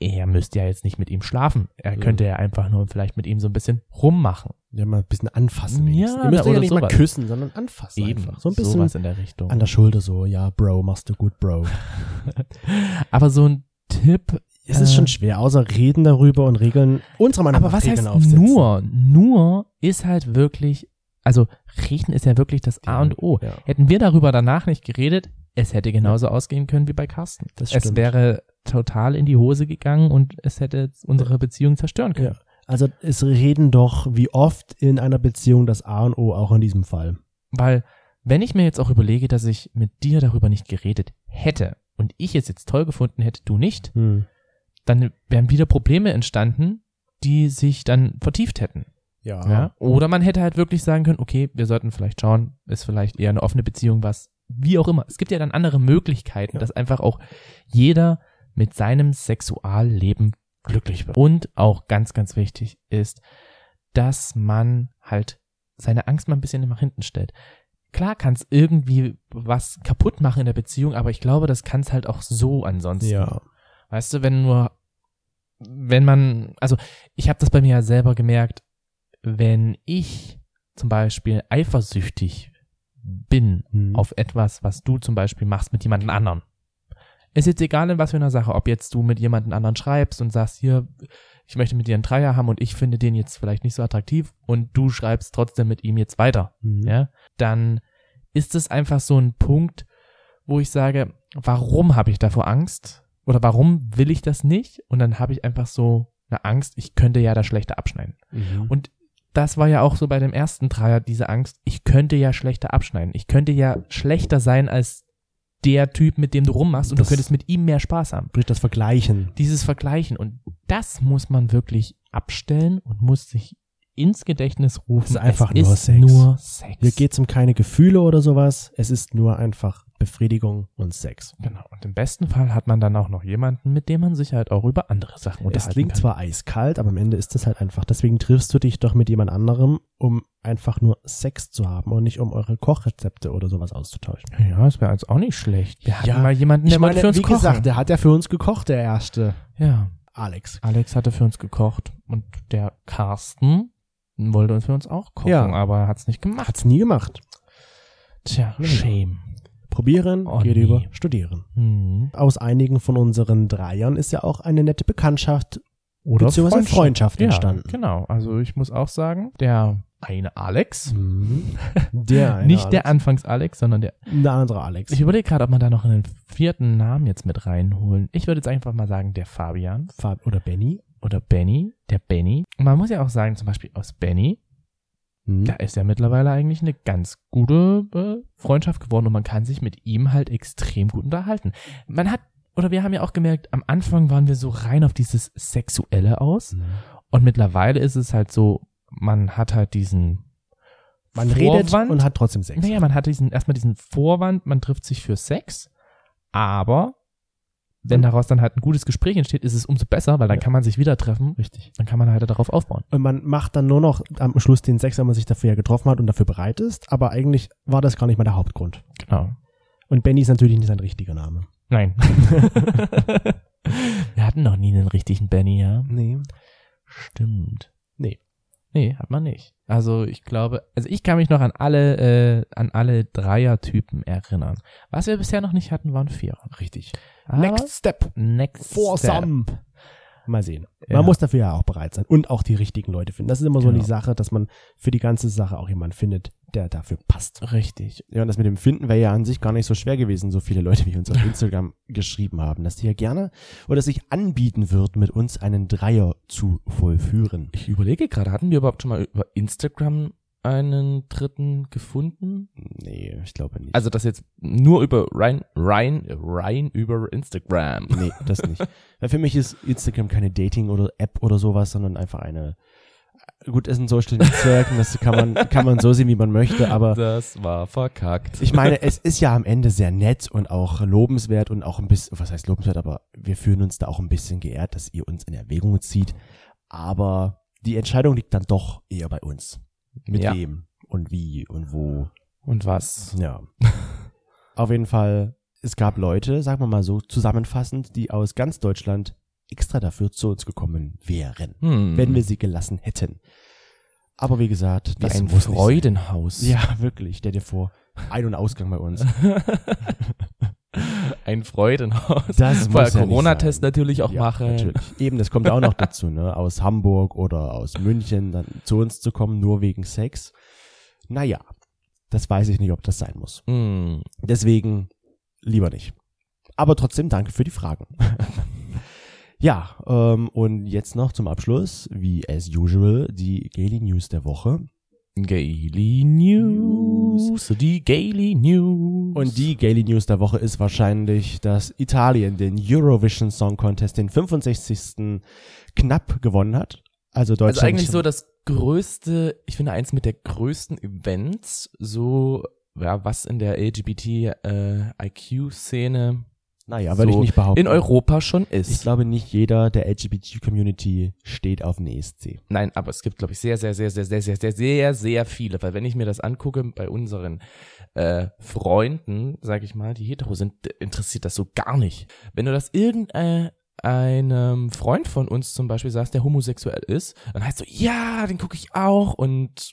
Speaker 2: er müsste ja jetzt nicht mit ihm schlafen. Er
Speaker 1: Mhm.
Speaker 2: könnte ja einfach nur vielleicht mit ihm so ein bisschen rummachen.
Speaker 1: Ja, mal ein bisschen anfassen.
Speaker 2: Ja,
Speaker 1: wenigstens. Ihr müsst euch
Speaker 2: oder
Speaker 1: ja nicht mal
Speaker 2: sowas.
Speaker 1: küssen, sondern anfassen.
Speaker 2: Eben.
Speaker 1: Einfach. So ein bisschen
Speaker 2: sowas in der Richtung.
Speaker 1: an der Schulter so, ja, Bro, machst du gut, Bro.
Speaker 2: Aber so ein Tipp.
Speaker 1: Es ist
Speaker 2: Äh.
Speaker 1: schon schwer, außer reden darüber und Regeln, unserer Meinung
Speaker 2: Aber
Speaker 1: nach
Speaker 2: was
Speaker 1: Regeln
Speaker 2: heißt
Speaker 1: aufsetzen.
Speaker 2: nur? Nur ist halt wirklich, also reden ist ja wirklich das A und O.
Speaker 1: Ja.
Speaker 2: Hätten wir darüber danach nicht geredet, es hätte genauso ausgehen können wie bei Carsten.
Speaker 1: Das
Speaker 2: es
Speaker 1: stimmt.
Speaker 2: wäre total in die Hose gegangen und es hätte unsere Beziehung zerstören können.
Speaker 1: Ja. Also es reden doch wie oft in einer Beziehung das A und O auch in diesem Fall.
Speaker 2: Weil, wenn ich mir jetzt auch überlege, dass ich mit dir darüber nicht geredet hätte und ich es jetzt toll gefunden hätte, du nicht,
Speaker 1: Hm.
Speaker 2: dann wären wieder Probleme entstanden, die sich dann vertieft hätten.
Speaker 1: Ja.
Speaker 2: Ja? Oder man hätte halt wirklich sagen können, okay, wir sollten vielleicht schauen, ist vielleicht eher eine offene Beziehung, was, wie auch immer. Es gibt ja dann andere Möglichkeiten,
Speaker 1: Ja.
Speaker 2: dass einfach auch jeder mit seinem Sexualleben glücklich wird. Und auch ganz, ganz wichtig ist, dass man halt seine Angst mal ein bisschen nach hinten stellt. Klar kann es irgendwie was kaputt machen in der Beziehung, aber ich glaube, das kann es halt auch so ansonsten.
Speaker 1: Ja.
Speaker 2: Weißt du, wenn nur, wenn man, also ich habe das bei mir ja selber gemerkt, wenn ich zum Beispiel eifersüchtig bin
Speaker 1: Hm.
Speaker 2: auf etwas, was du zum Beispiel machst mit jemand anderen, Es ist jetzt egal, in was für einer Sache, ob jetzt du mit jemandem anderen schreibst und sagst, hier, ich möchte mit dir einen Dreier haben und ich finde den jetzt vielleicht nicht so attraktiv und du schreibst trotzdem mit ihm jetzt weiter,
Speaker 1: Mhm.
Speaker 2: ja, dann ist es einfach so ein Punkt, wo ich sage, warum habe ich davor Angst? Oder warum will ich das nicht? Und dann habe ich einfach so eine Angst, ich könnte ja da schlechter abschneiden.
Speaker 1: Mhm.
Speaker 2: Und das war ja auch so bei dem ersten Dreier, diese Angst, ich könnte ja schlechter abschneiden. Ich könnte ja schlechter sein als der Typ, mit dem du rummachst und
Speaker 1: Das-
Speaker 2: du könntest mit ihm mehr Spaß haben.
Speaker 1: durch das Vergleichen.
Speaker 2: Dieses Vergleichen und das muss man wirklich abstellen und muss sich ins Gedächtnis rufen.
Speaker 1: Es ist einfach
Speaker 2: es
Speaker 1: nur
Speaker 2: ist
Speaker 1: Sex.
Speaker 2: Nur Sex.
Speaker 1: Hier geht's um keine Gefühle oder sowas. Es ist nur einfach Befriedigung und Sex.
Speaker 2: Genau. Und im besten Fall hat man dann auch noch jemanden, mit dem man sich halt auch über andere Sachen
Speaker 1: Und das
Speaker 2: unterhalten
Speaker 1: klingt
Speaker 2: kann.
Speaker 1: zwar eiskalt, aber am Ende ist es halt einfach. Deswegen triffst du dich doch mit jemand anderem, um einfach nur Sex zu haben und nicht um eure Kochrezepte oder sowas auszutauschen.
Speaker 2: ja, es wäre jetzt auch nicht schlecht. Wir hatten
Speaker 1: Ja.
Speaker 2: mal jemanden, der mal für uns
Speaker 1: wie
Speaker 2: kochen.
Speaker 1: gesagt, der hat ja für uns gekocht, der erste
Speaker 2: ja.
Speaker 1: Alex.
Speaker 2: Alex hatte für uns gekocht und der Carsten wollte uns für uns auch kochen,
Speaker 1: Ja.
Speaker 2: aber er hat's nicht gemacht.
Speaker 1: Hat's nie gemacht.
Speaker 2: Tja,
Speaker 1: Ja.
Speaker 2: Shame.
Speaker 1: Probieren,
Speaker 2: Oh,
Speaker 1: geht
Speaker 2: nee.
Speaker 1: über, studieren.
Speaker 2: Hm.
Speaker 1: Aus einigen von unseren Dreiern ist ja auch eine nette Bekanntschaft
Speaker 2: Oder
Speaker 1: beziehungsweise Freundschaft,
Speaker 2: Ja,
Speaker 1: entstanden.
Speaker 2: genau. Also ich muss auch sagen, der eine Alex,
Speaker 1: Mhm. Der eine
Speaker 2: nicht der
Speaker 1: Alex.
Speaker 2: Anfangs-Alex, sondern der.
Speaker 1: der andere Alex.
Speaker 2: Ich überlege gerade, ob man da noch einen vierten Namen jetzt mit reinholen. Ich würde jetzt einfach mal sagen, der Fabian
Speaker 1: Fab oder Benny.
Speaker 2: oder Benny, der Benny. Und Man muss ja auch sagen, zum Beispiel aus Benny,
Speaker 1: Mhm.
Speaker 2: da ist ja mittlerweile eigentlich eine ganz gute äh, Freundschaft geworden und man kann sich mit ihm halt extrem gut unterhalten. Man hat, oder wir haben ja auch gemerkt, am Anfang waren wir so rein auf dieses Sexuelle aus
Speaker 1: Mhm.
Speaker 2: und mittlerweile ist es halt so, man hat halt diesen
Speaker 1: Man redet
Speaker 2: Vorwand.
Speaker 1: und hat trotzdem Sex.
Speaker 2: naja, man hat diesen, erstmal diesen Vorwand, man trifft sich für Sex, aber wenn
Speaker 1: Mhm.
Speaker 2: daraus dann halt ein gutes Gespräch entsteht, ist es umso besser, weil dann
Speaker 1: Ja.
Speaker 2: kann man sich wieder treffen,
Speaker 1: Richtig.
Speaker 2: dann kann man halt darauf aufbauen.
Speaker 1: Und man macht dann nur noch am Schluss den Sex, wenn man sich dafür ja getroffen hat und dafür bereit ist. Aber eigentlich war das gar nicht mal der Hauptgrund.
Speaker 2: Genau.
Speaker 1: Und Benny ist natürlich nicht sein richtiger Name.
Speaker 2: Nein. Wir hatten noch nie einen richtigen Benny, ja?
Speaker 1: Nee.
Speaker 2: Stimmt.
Speaker 1: Nee.
Speaker 2: Nee, hat man nicht. Also ich glaube, also ich kann mich noch an alle, äh, an alle Dreiertypen erinnern. Was wir bisher noch nicht hatten, waren Vierer.
Speaker 1: Richtig.
Speaker 2: Aber
Speaker 1: Next Step.
Speaker 2: next
Speaker 1: For
Speaker 2: step.
Speaker 1: some. Mal sehen.
Speaker 2: Ja.
Speaker 1: Man muss dafür ja auch bereit sein und auch die richtigen Leute finden. Das ist immer so
Speaker 2: Genau.
Speaker 1: eine Sache, dass man für die ganze Sache auch jemanden findet, der dafür passt.
Speaker 2: Richtig.
Speaker 1: Ja, und das mit dem Finden wäre ja an sich gar nicht so schwer gewesen, so viele Leute wie uns auf Instagram geschrieben haben, dass die ja gerne oder sich anbieten würden, mit uns einen Dreier zu vollführen.
Speaker 2: Ich überlege gerade, hatten wir überhaupt schon mal über Instagram einen dritten gefunden?
Speaker 1: Nee, ich glaube nicht.
Speaker 2: Also das jetzt nur über rein, rein, rein über Instagram.
Speaker 1: nee, das nicht. Weil für mich ist Instagram keine Dating oder App oder sowas, sondern einfach eine gut ist ein Social Netzwerk, und das kann man kann man so sehen, wie man möchte, aber
Speaker 2: Das war verkackt.
Speaker 1: ich meine, es ist ja am Ende sehr nett und auch lobenswert und auch ein bisschen, was heißt lobenswert, aber wir fühlen uns da auch ein bisschen geehrt, dass ihr uns in Erwägung zieht, aber die Entscheidung liegt dann doch eher bei uns. Mit
Speaker 2: Ja.
Speaker 1: wem und wie und wo
Speaker 2: Und was?
Speaker 1: Ja. Auf jeden Fall, es gab Leute, sagen wir mal so zusammenfassend, die aus ganz Deutschland extra dafür zu uns gekommen wären,
Speaker 2: Hm.
Speaker 1: wenn wir sie gelassen hätten. Aber wie gesagt,
Speaker 2: wie
Speaker 1: das
Speaker 2: ein
Speaker 1: muss nicht
Speaker 2: Freudenhaus.
Speaker 1: sein. Ja, wirklich, stell dir vor, Ein- und Ausgang bei uns.
Speaker 2: ein Freudenhaus.
Speaker 1: Das
Speaker 2: Weil
Speaker 1: muss ja nicht
Speaker 2: Corona-Test
Speaker 1: sein.
Speaker 2: natürlich auch
Speaker 1: ja,
Speaker 2: mache.
Speaker 1: Natürlich. Eben, das kommt ja auch noch dazu, ne? Aus Hamburg oder aus München dann zu uns zu kommen, nur wegen Sex. Naja, das weiß ich nicht, ob das sein muss.
Speaker 2: Hm.
Speaker 1: Deswegen lieber nicht. Aber trotzdem danke für die Fragen. ja, ähm, und jetzt noch zum Abschluss, wie as usual, die Gaily News der Woche.
Speaker 2: Gaily News. Die Gaily News.
Speaker 1: Und die Gaily News der Woche ist wahrscheinlich, dass Italien den Eurovision Song Contest, den 65. knapp gewonnen hat. Also Deutschland.
Speaker 2: Also eigentlich so das größte, ich finde eins mit der größten Events, so, ja, was in der LGBT-IQ-Szene
Speaker 1: naja, würde
Speaker 2: so
Speaker 1: ich nicht behaupten.
Speaker 2: äh, in Europa schon ist.
Speaker 1: Ich glaube nicht jeder der LGBT-Community steht auf E dem ESC.
Speaker 2: Nein, aber es gibt, glaube ich, sehr, sehr, sehr, sehr, sehr, sehr, sehr, sehr, sehr viele. Weil wenn ich mir das angucke bei unseren äh, Freunden, sage ich mal, die hetero sind, d- interessiert das so gar nicht. Wenn du das irgendeinem Freund von uns zum Beispiel sagst, der homosexuell ist, dann heißt so, ja, den gucke ich auch. Und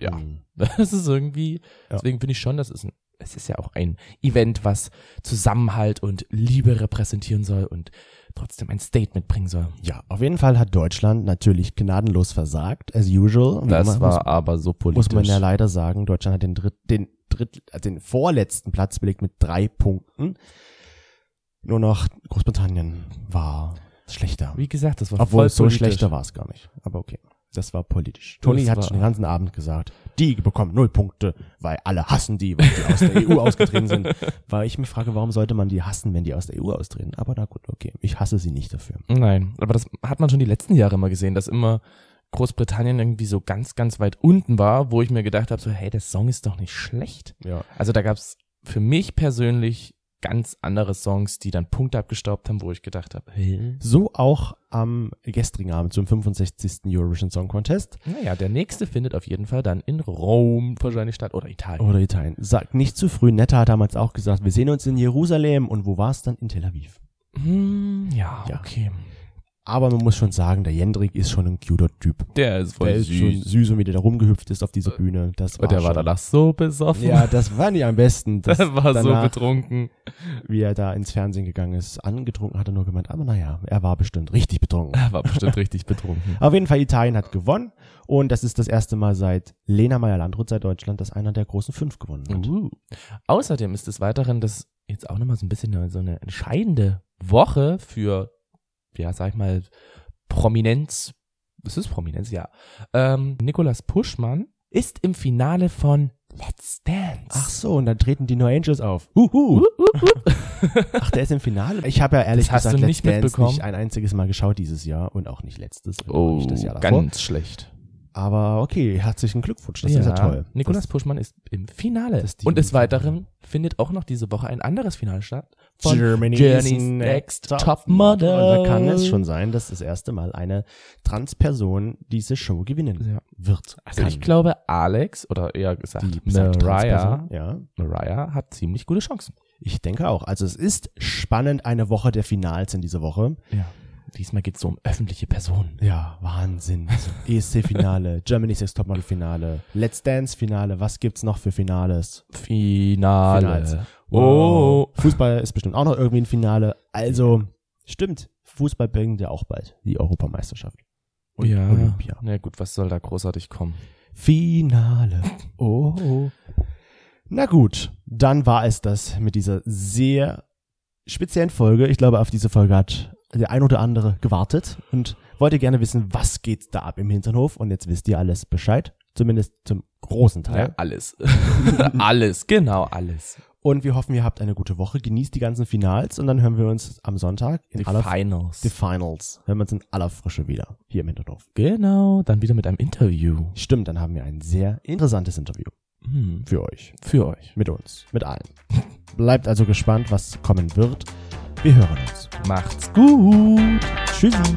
Speaker 2: ja,
Speaker 1: Hm.
Speaker 2: das ist irgendwie,
Speaker 1: Ja.
Speaker 2: deswegen finde ich schon, das ist ein es ist ja auch ein Event, was Zusammenhalt und Liebe repräsentieren soll und trotzdem ein Statement bringen soll.
Speaker 1: Ja, auf jeden Fall hat Deutschland natürlich gnadenlos versagt, as usual. Und
Speaker 2: Das
Speaker 1: man-
Speaker 2: war aber so politisch.
Speaker 1: muss man ja leider sagen, Deutschland hat den dritt, den dritt, also den vorletzten Platz belegt mit drei Punkten. Nur noch Großbritannien war schlechter.
Speaker 2: Wie gesagt, das war
Speaker 1: Obwohl
Speaker 2: voll
Speaker 1: so
Speaker 2: politisch.
Speaker 1: schlechter war es gar nicht. Aber okay. Das war politisch.
Speaker 2: Das
Speaker 1: Toni hat
Speaker 2: war-
Speaker 1: schon den ganzen Abend gesagt, die bekommen null Punkte, weil alle hassen die, weil die aus der EU ausgetreten sind. Weil ich mich frage, warum sollte man die hassen, wenn die aus der EU austreten? Aber na gut, okay. Ich hasse sie nicht dafür.
Speaker 2: Nein, aber das hat man schon die letzten Jahre immer gesehen, dass immer Großbritannien irgendwie so ganz, ganz weit unten war, wo ich mir gedacht habe, so, hey, der Song ist doch nicht schlecht.
Speaker 1: Ja.
Speaker 2: Also da gab's für mich persönlich ganz andere Songs, die dann Punkte abgestaubt haben, wo ich gedacht habe, hey.
Speaker 1: So auch am gestrigen Abend zum 65. Eurovision Song Contest.
Speaker 2: naja, der nächste findet auf jeden Fall dann in Rom wahrscheinlich statt oder Italien.
Speaker 1: Oder Italien. Sagt nicht zu früh. Netta hat damals auch gesagt, wir sehen uns in Jerusalem und wo war's dann? In Tel Aviv.
Speaker 2: Hm, ja,
Speaker 1: Ja.
Speaker 2: okay.
Speaker 1: Aber man muss schon sagen, der Jendrik ist schon ein cuter Typ.
Speaker 2: Der ist voll
Speaker 1: der ist schon
Speaker 2: süß. Äh,
Speaker 1: süß und wie der da rumgehüpft ist auf dieser Bühne. Das war
Speaker 2: und der
Speaker 1: schon,
Speaker 2: war danach so besoffen.
Speaker 1: Ja, das war nicht am besten. Das
Speaker 2: der war so
Speaker 1: danach,
Speaker 2: betrunken.
Speaker 1: wie er da ins Fernsehen gegangen ist. Angetrunken hat er nur gemeint, aber naja, er war bestimmt richtig betrunken.
Speaker 2: Er war bestimmt richtig betrunken.
Speaker 1: Auf jeden Fall, Italien hat gewonnen und das ist das erste Mal seit Lena Meyer-Landrut, seit Deutschland, dass einer der großen fünf gewonnen hat.
Speaker 2: Uh. Außerdem ist des Weiteren das jetzt auch nochmal so ein bisschen eine- so eine entscheidende Woche für, ja, sag ich mal, Prominenz. Es ist Prominenz, ja. Ähm, Nikolas Puschmann ist im Finale von Let's Dance.
Speaker 1: Ach so, und dann treten die No Angels auf. Huhu. Ach, der ist im Finale. Ich habe ja ehrlich
Speaker 2: Das hast
Speaker 1: gesagt
Speaker 2: du
Speaker 1: Let's
Speaker 2: nicht
Speaker 1: Dance
Speaker 2: mitbekommen?
Speaker 1: nicht ein einziges Mal geschaut dieses Jahr und auch nicht letztes, und auch
Speaker 2: oh,
Speaker 1: nicht das Jahr davor.
Speaker 2: ganz schlecht.
Speaker 1: Aber okay, herzlichen Glückwunsch, das ist ja toll.
Speaker 2: Nikolas Puschmann ist im Finale.
Speaker 1: Das ist die-
Speaker 2: Und des Weiteren findet auch noch diese Woche ein anderes Finale statt.
Speaker 1: Das-
Speaker 2: Von
Speaker 1: Germany's
Speaker 2: Germany's Next Top Model.
Speaker 1: Und da kann es schon sein, dass das erste Mal eine Transperson diese Show gewinnen
Speaker 2: Ja.
Speaker 1: wird.
Speaker 2: also
Speaker 1: kann.
Speaker 2: ich glaube, Alex, oder eher gesagt,
Speaker 1: die sagt
Speaker 2: Mariah,
Speaker 1: Transperson, ja.
Speaker 2: Mariah hat ziemlich gute Chancen.
Speaker 1: Ich denke auch. Also es ist spannend, eine Woche der Finals in dieser Woche.
Speaker 2: Ja. Diesmal geht es so um öffentliche Personen.
Speaker 1: Ja, Wahnsinn. Also, ESC-Finale, Germany's Next Topmodel-Finale, Let's Dance-Finale, was gibt's noch für Finales?
Speaker 2: Finale.
Speaker 1: Finals.
Speaker 2: Oh.
Speaker 1: Fußball ist bestimmt auch noch irgendwie ein Finale. Also, stimmt, Fußball bringt ja auch bald die Europameisterschaft. Und
Speaker 2: ja.
Speaker 1: Olympia.
Speaker 2: Na gut, was soll da großartig kommen?
Speaker 1: Finale. Oh. oh. Na gut, dann war es das mit dieser sehr speziellen Folge. Ich glaube, auf diese Folge hat der ein oder andere gewartet und wollte gerne wissen, was geht da ab im Hinternhof. Und jetzt wisst ihr alles Bescheid. Zumindest zum großen Teil.
Speaker 2: Ja, alles. alles, genau, alles.
Speaker 1: Und wir hoffen, ihr habt eine gute Woche. Genießt die ganzen Finals und dann hören wir uns am Sonntag in
Speaker 2: Die
Speaker 1: aller
Speaker 2: Finals.
Speaker 1: die Finals. Hören wir uns in aller Frische wieder hier im Hinternhof.
Speaker 2: genau, dann wieder mit einem Interview.
Speaker 1: Stimmt, dann haben wir ein sehr interessantes Interview
Speaker 2: Hm,
Speaker 1: für euch.
Speaker 2: für euch.
Speaker 1: Mit uns. Mit allen. Bleibt also gespannt, was kommen wird. Wir hören uns.
Speaker 2: Macht's gut.
Speaker 1: Tschüssi.